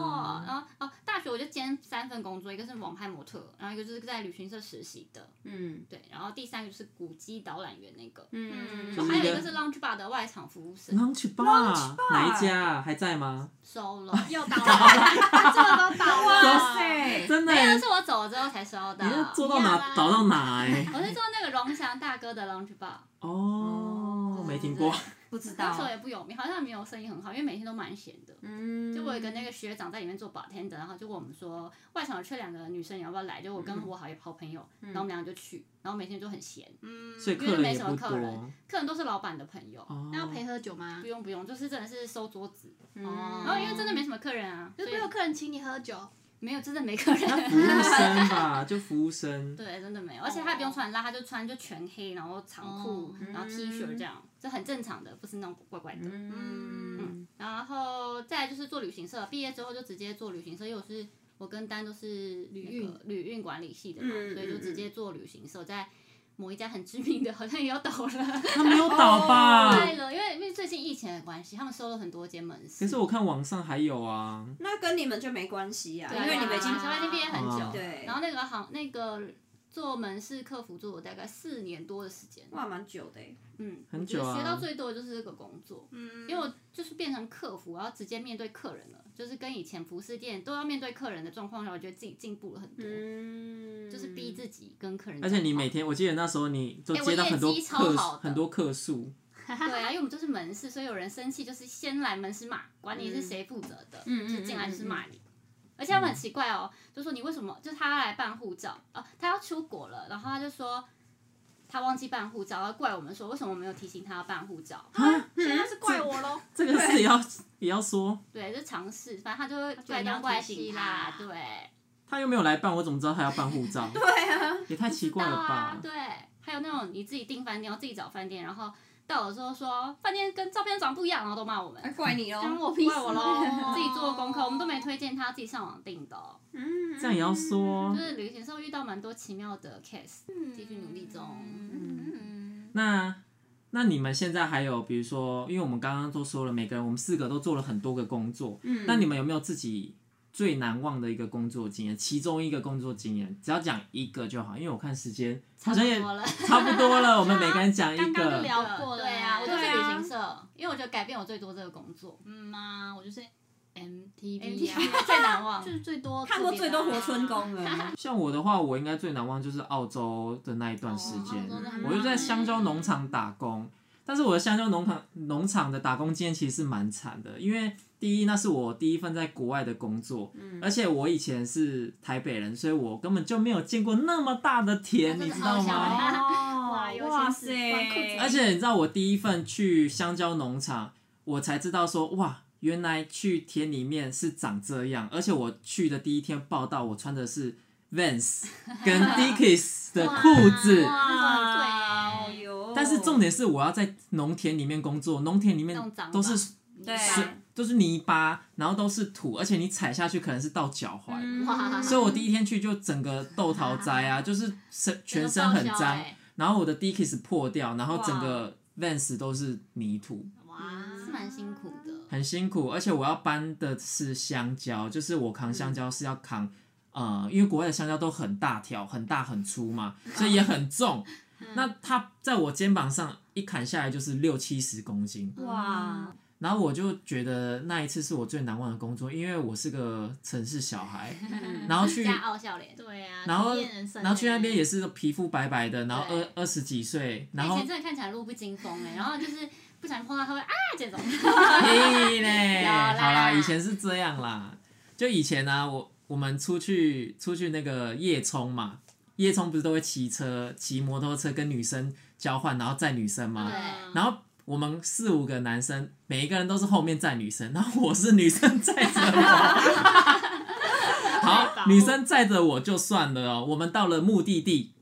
D: 然后哦，大学我就兼三份工作，一个是网拍模特儿，然后一个就是在旅行社实习的，
B: 嗯
D: 对，然后第三个就是古迹导览员那个，
B: 嗯
A: 就是一
D: 还有
A: 个
D: 一个是 lounge bar 的外场服务生
A: Lunch Bar 哪一家啊还在吗？
D: 收
B: 哦
D: 了，
C: 又倒了，这个都倒了，
B: 哇！塞，
A: 真的
D: 没有啊
A: 耶，
D: 是我走了之后才收到
A: 你是，做到
C: 一样啊
A: 哪倒到哪哎？
D: (laughs) 我是做那个荣祥大哥的 lounge bar，
A: 哦，没听过，
B: 不知
D: 那
B: 道
D: 时候。也不有名，好像没有生意很好，因为每天都蛮闲的。
B: 嗯，
D: 就我有一个那个学长在里面做 bartender，然后就问我们说，外场有缺两个女生，你要不要来？就我跟我好好朋友，然后我们俩就去，然后每天就很闲，
C: 嗯，
A: 所以
D: 因
A: 客
D: 为
A: 人
D: 没
A: 也
D: 什
A: 不
D: 么客
A: 多
D: 人，客人都是老板的朋友。
A: 哦。
C: 那要陪喝酒吗
D: 不？用不用，就是真的是收桌子，哦
A: 哦
B: 嗯
D: 然后因为真的没什么客人啊，
C: 就是
D: 所以
C: 没有客人请你喝酒，
D: 没有真的没客 (laughs) 人。
A: 那服务生吧，就服务生。
D: 对，真的没有，而且他也不用穿很辣，他就穿就全黑，然后长裤
C: 哦，
D: 然后 T 恤这样，这很正常的，不是那种怪怪的。
B: 嗯，
D: 然后再来就是做旅行社，毕业之后就直接做旅行社，因为我是我跟丹都是旅
C: 运
D: 运旅运管理系的嘛，
B: 嗯
D: 所以就直接做旅行社，在某一家很知名的，好像也要倒了，
A: 他没有倒吧？
D: 对了，因为因为最近疫情的关系，他们收了很多间门市。
A: 可是我看网上还有啊，
B: 那跟你们就没关系呀，
D: 对
B: 因
D: 啊，
B: 为你们已经
D: 小外店毕业很久，
A: 哦
B: 对
D: 然后那个行那个做门市客服做了大概四年多的时间，
B: 哇蛮久的欸，
D: 嗯，
A: 很
D: 我觉得
A: 久啊
D: 学到最多的就是这个工作，
C: 嗯，
D: 因为我就是变成客服，我要直接面对客人了，就是跟以前服饰店都要面对客人的状况下，我觉得自己进步了很多，
B: 嗯，
D: 就是逼自己跟客人
A: 而
D: 讲话。
A: 且你每天，我记得那时候你都
D: 哎我
A: 接到很多
D: 业绩超
A: 客
D: 好的
A: 很多客诉，
D: 对啊，因为我们就是门市，所以有人生气就是先来门市骂，管你是谁负责的，
B: 嗯
D: 就是进来就是骂你。而且他
A: 嗯
D: 们很奇怪哦，就说你为什么？就是他来办护照哦，他要出国了，然后他就说他忘记办护照，要怪我们说为什么没有提醒他要办护照。
B: 嗯
C: 现在是怪我
B: (laughs)
C: 喽。
A: 这个是也要也要说，
D: 对，就尝试，反正他就会
C: 觉得
D: 怪
C: 你要
D: 东怪
C: 提
D: 西
C: 醒
B: 啊
D: 啦，
C: 他
D: 对，
A: 他又没有来办，我怎么知道他要办护
D: (laughs)
A: 照？对啊，也太奇怪了
D: 到啊
A: 吧，？
D: 对，还有那种你自己订饭店，然后自己找饭店，然后到了之后说饭店跟照片长不一样，然后都骂我们
B: 哎，怪你
D: 关
B: 哦，
D: 我屁事
C: 怪我
D: 喽
C: 咯，
D: 自己做功课，我们都没推荐他，自己上网订的哦、
B: 嗯，
A: 这样也要说
D: 就。是旅行社会遇到蛮多奇妙的 case，继续努力中。
C: 嗯，
A: 那那你们现在还有，比如说，因为我们刚刚都说了，每个人我们四个都做了很多个工作，
B: 嗯
A: 那你们有没有自己最难忘的一个工作经验？其中一个工作经验，只要讲一个就好，因为我看时间
D: 差
A: 好
D: 不
A: 像也
D: 多了，
A: 差不多了，我们每个人讲一个。
C: (laughs) 刚刚就聊过了，
D: 对啊，我就
C: 对
D: 是
C: 啊
D: 旅行社，因为我觉得改变我最多这个工作
C: 嗯啊，我就是 MTV 啊，
D: ，MTV 最难忘
C: 就。是最多
B: 看过最多活春
C: 宫。
B: 宫了，
A: 像我的话，我应该最难忘就是澳洲的那一段时间，
C: 哦澳洲那很
A: 我就在
C: 棒
A: 香蕉农场打工。但是我的香蕉农场农场的打工经验其实是蛮惨的，因为第一那是我第一份在国外的工作，
C: 嗯
A: 而且我以前是台北人，所以我根本就没有见过那么大的田，
C: 那
A: 你
C: 真
A: 知
C: 的
A: 道
C: 好小
A: 吗？
C: 啊
B: 哦
C: 哇有
B: 哇
C: 钱死光裤
B: 塞
C: 子，
A: 而且你知道，我第一份去香蕉农场，我才知道说，哇，原来去田里面是长这样。而且我去的第一天报道，我穿的是 Vans
C: (laughs)
A: 跟 Dickies 的裤子。
B: 哇，哦
D: 哇那时候很贵耶
B: 哟
A: 但是重点是，我要在农田里面工作，农田里面
D: 那种长
A: 都是
D: 吧
B: 对
A: 水
B: 啊，
A: 都是泥巴，然后都是土，而且你踩下去可能是到脚踝。
B: 嗯
A: (laughs)
D: 哇
A: 所以我第一天去就整个豆桃灾啊，就是身全身很
D: 整个报销
A: 脏，
D: 欸
A: 然后我的 Dickies 破掉，然后整个 Vans 都是泥土。
C: 哇，
D: 是蛮辛苦的。
A: 很辛苦，而且我要搬的是香蕉，就是我扛香蕉是要扛，呃，因为国外的香蕉都很大条、很大、很粗嘛，所以也很 (laughs) 重。那它在我肩膀上一砍下来就是六七十公斤，
C: 嗯
B: 哇，
A: 然后我就觉得那一次是我最难忘的工作，因为我是个城市小 (laughs) 孩，然后去
D: 加傲笑脸，
C: 对啊，
A: 然后
C: 体验人生
A: 然后去那边哎
C: 欸
A: 也是皮肤白白的，然后
D: 对
A: 二二十几岁，然
D: 以
A: 后
D: 前真的看起来路不惊风哎，然后就是不小心碰到他会啊这种，
A: 屁嘞，
D: 有啦
A: 好啦，以前是这样啦，就以前呢、我我们出去出去那个夜冲嘛，夜冲不是都会骑车、骑摩托车跟女生交换，然后载女生吗？
D: 对
A: 然后我们四五个男生，每一个人都是后面载女生，然后我是女生载着
D: (laughs)
A: 我。好，女生载着我就算了哦。我们到了目的地，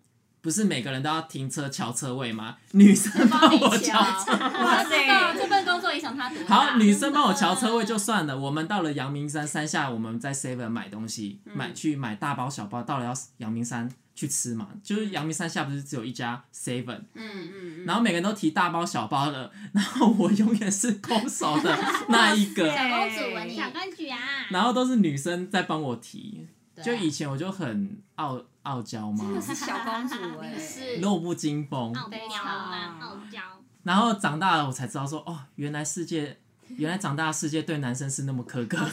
A: 不是每个人都要停车瞧车位吗？女生帮
D: 帮你啊
A: 我
D: 瞧
A: 瞧，
B: 哇
D: 哇
B: 塞，
D: (laughs) 这份工作影响他多 (laughs) 大？
A: 好，女生帮我瞧车位就算了。我们到了阳明山山下，我们在 Seven 买东西，买去买大包小包，到了要阳明山去吃嘛。就是阳明山下不是只有一家 Seven，
B: 嗯嗯嗯，
A: 然后每个人都提大包小包的，然后我永远是空手的那一个，
D: 小公主啊，你
C: 小公举啊，
A: 然后都是女生在帮我提。
D: 对啊
A: 就以前我就很傲傲娇嘛，
B: 是小公主哎，
D: 是
A: 弱不禁风。
C: 傲娇啊，
D: 哇
C: 傲娇，
A: 然后长大了我才知道说，哦，原来世界，原来长大的世界对男生是那么苛刻。
C: (laughs)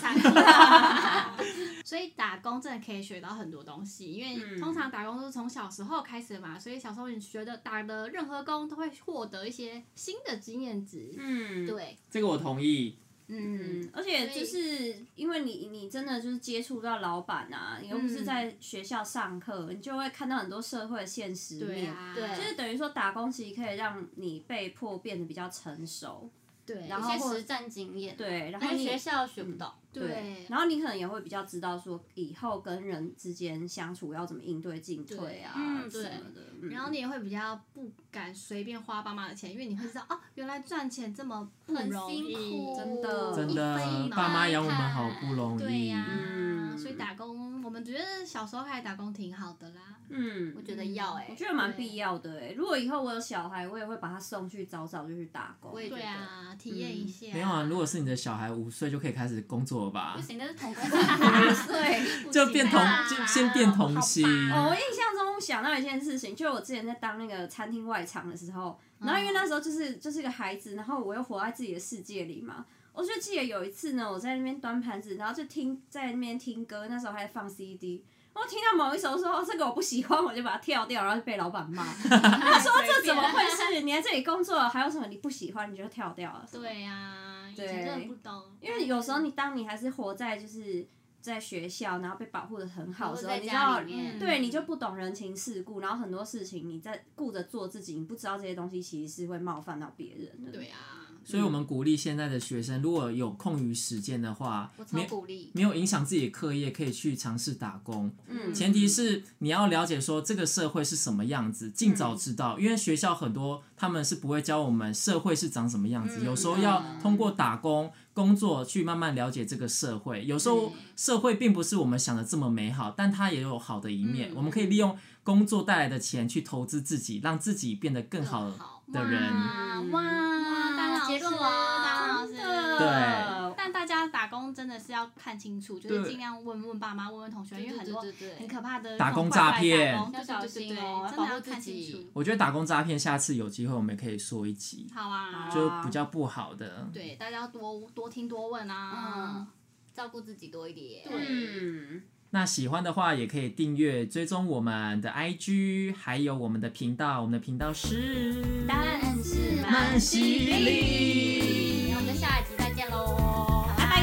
C: 所所以打工真的可以学到很多东西，因
B: 嗯
C: 为通常打工都是从小时候开始嘛，所以小时候你学的打的任何工都会获得一些新的经验值。
B: 嗯，
C: 对，
A: 这个我同意。
C: 嗯
B: 嗯，，而且就是因为你你真的就是接触到老板啊，你又不
C: 嗯
B: 是在学校上课，你就会看到很多社会现实
C: 对
B: 面。
C: 啊，
D: 对
B: 就是等于说，打工其实可以让你被迫变得比较成熟，
C: 对，
B: 然
D: 有
B: 后
D: 些
B: 或
D: 实战经验，，
B: 对，然
D: 那
B: 后嗯
D: 个
B: 你
D: 学校学不到，对
C: 对
B: 然后你可能也会比较知道说，以后跟人之间相处要怎么应对进退啊，
D: 嗯
B: 什
D: 对
B: 么的。嗯
C: 然后你也会比较不敢随便花爸妈的钱，因为你会知道哦，原来赚钱这么不
D: 很
C: 容
D: 辛苦，
C: 易。
B: 真的
A: 真
D: 一分
A: 的
D: 一，毛
A: 爸妈养我们好不容易。
C: 对呀、
B: 嗯
C: 所以打工，我们觉得小时候开始打工挺好的啦。
B: 嗯，
D: 我觉得要哎、
B: 我觉得蛮
C: 对
B: 必要的哎、如果以后我有小孩，我也会把他送去早早就去打工。
D: 我也觉
C: 对
D: 得
C: 啊，体验一下。
A: 没有啊，如
B: (laughs)
A: 果是你的小孩五岁就可以开始工作了吧
D: (laughs) 不？行，那是童工，
B: (laughs) 对，
A: 就变童
D: 啊，
A: 就先变童星。
D: 嗯
B: 哦，我印象中想到一件事情，就我之前在当那个餐厅外场的时候，然后
D: 嗯
B: 因为那时候就是就是一个孩子，然后我又活在自己的世界里嘛。我就记得有一次呢，我在那边端盘子，然后就听在那边听歌，那时候还在放 CD。我听到某一首说、哦、这个我不喜欢，我就把它跳掉，然后就被老板
D: (laughs)
B: 骂。
C: 他说
B: 这怎么会是？你在这里工作，还有什么你不喜欢你就跳掉了？
C: 对呀、以前真的不懂，
B: 因为有时候你当你还是活在就是在学校，然后被保护的很好的时候，
D: 在
B: 你知
D: 家
B: 道
D: 里
C: 嗯
D: 面，
B: 对，你就不懂人情世故，然后很多事情你在顾着做自己，你不知道这些东西其实是会冒犯到别人的。
C: 对啊呀、
A: 所以我们鼓励现在的学生，如果有空余时间的话
D: 我，超
A: 没
D: 鼓励。
A: 没有影响自己的课业，可以去尝试打工。
B: 嗯
A: 前提是你要了解说这个社会是什么样子，尽早知道，因为学校很多他们是不会教我们社会是长什么样子，
D: 嗯
A: 有时候要
B: 嗯
A: 通过打工工作去慢慢了解这个社会。有时候社会并不是我们想的这么美好，但它也有好的一面，
D: 嗯
A: 我们可以利用工作带来的钱去投资自己，让自己变得更好的人。
D: 哇
B: 嗯
D: 哇，
C: 哇，当老
D: 结
C: 师，
D: 论
C: 当
D: 了，
C: 老师，
A: 对
C: 但大家打工真的是要看清楚，就是
A: 对
C: 尽量问问爸妈，问问同学，因为很多
D: 对对
C: 很
D: 对，
C: 可怕的
A: 打
C: 那种
A: 工
C: 怪
A: 诈
C: 怪打
A: 骗
C: 工对
D: 要小
C: 对对
D: 心
C: 对
D: 哦
C: 真
D: 保
C: 的
D: 护
C: 要
D: 自
C: 看清
D: 己
C: 楚。
A: 我觉得打工诈骗，下次有机会我们可以说一集，
C: 好啊，
B: 好
A: 就比较不好的。
C: 对，大家要多多听多问啊
D: 嗯。，照顾自己多一点，
C: 对
B: 嗯，
A: 那喜欢的话，也可以订阅、追踪我们的 IG，还有我们的频道。我们的频道是
B: 但是
A: 蛮犀利
D: 那我们就下一集再见喽，
B: 拜拜。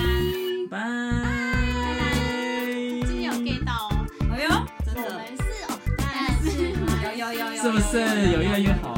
A: 拜
C: 今天有 get 到哦，
B: 哎呦，真
C: 我
B: 的
C: 们是哦，但是
B: 有有有有，
A: 是不是有越来越好？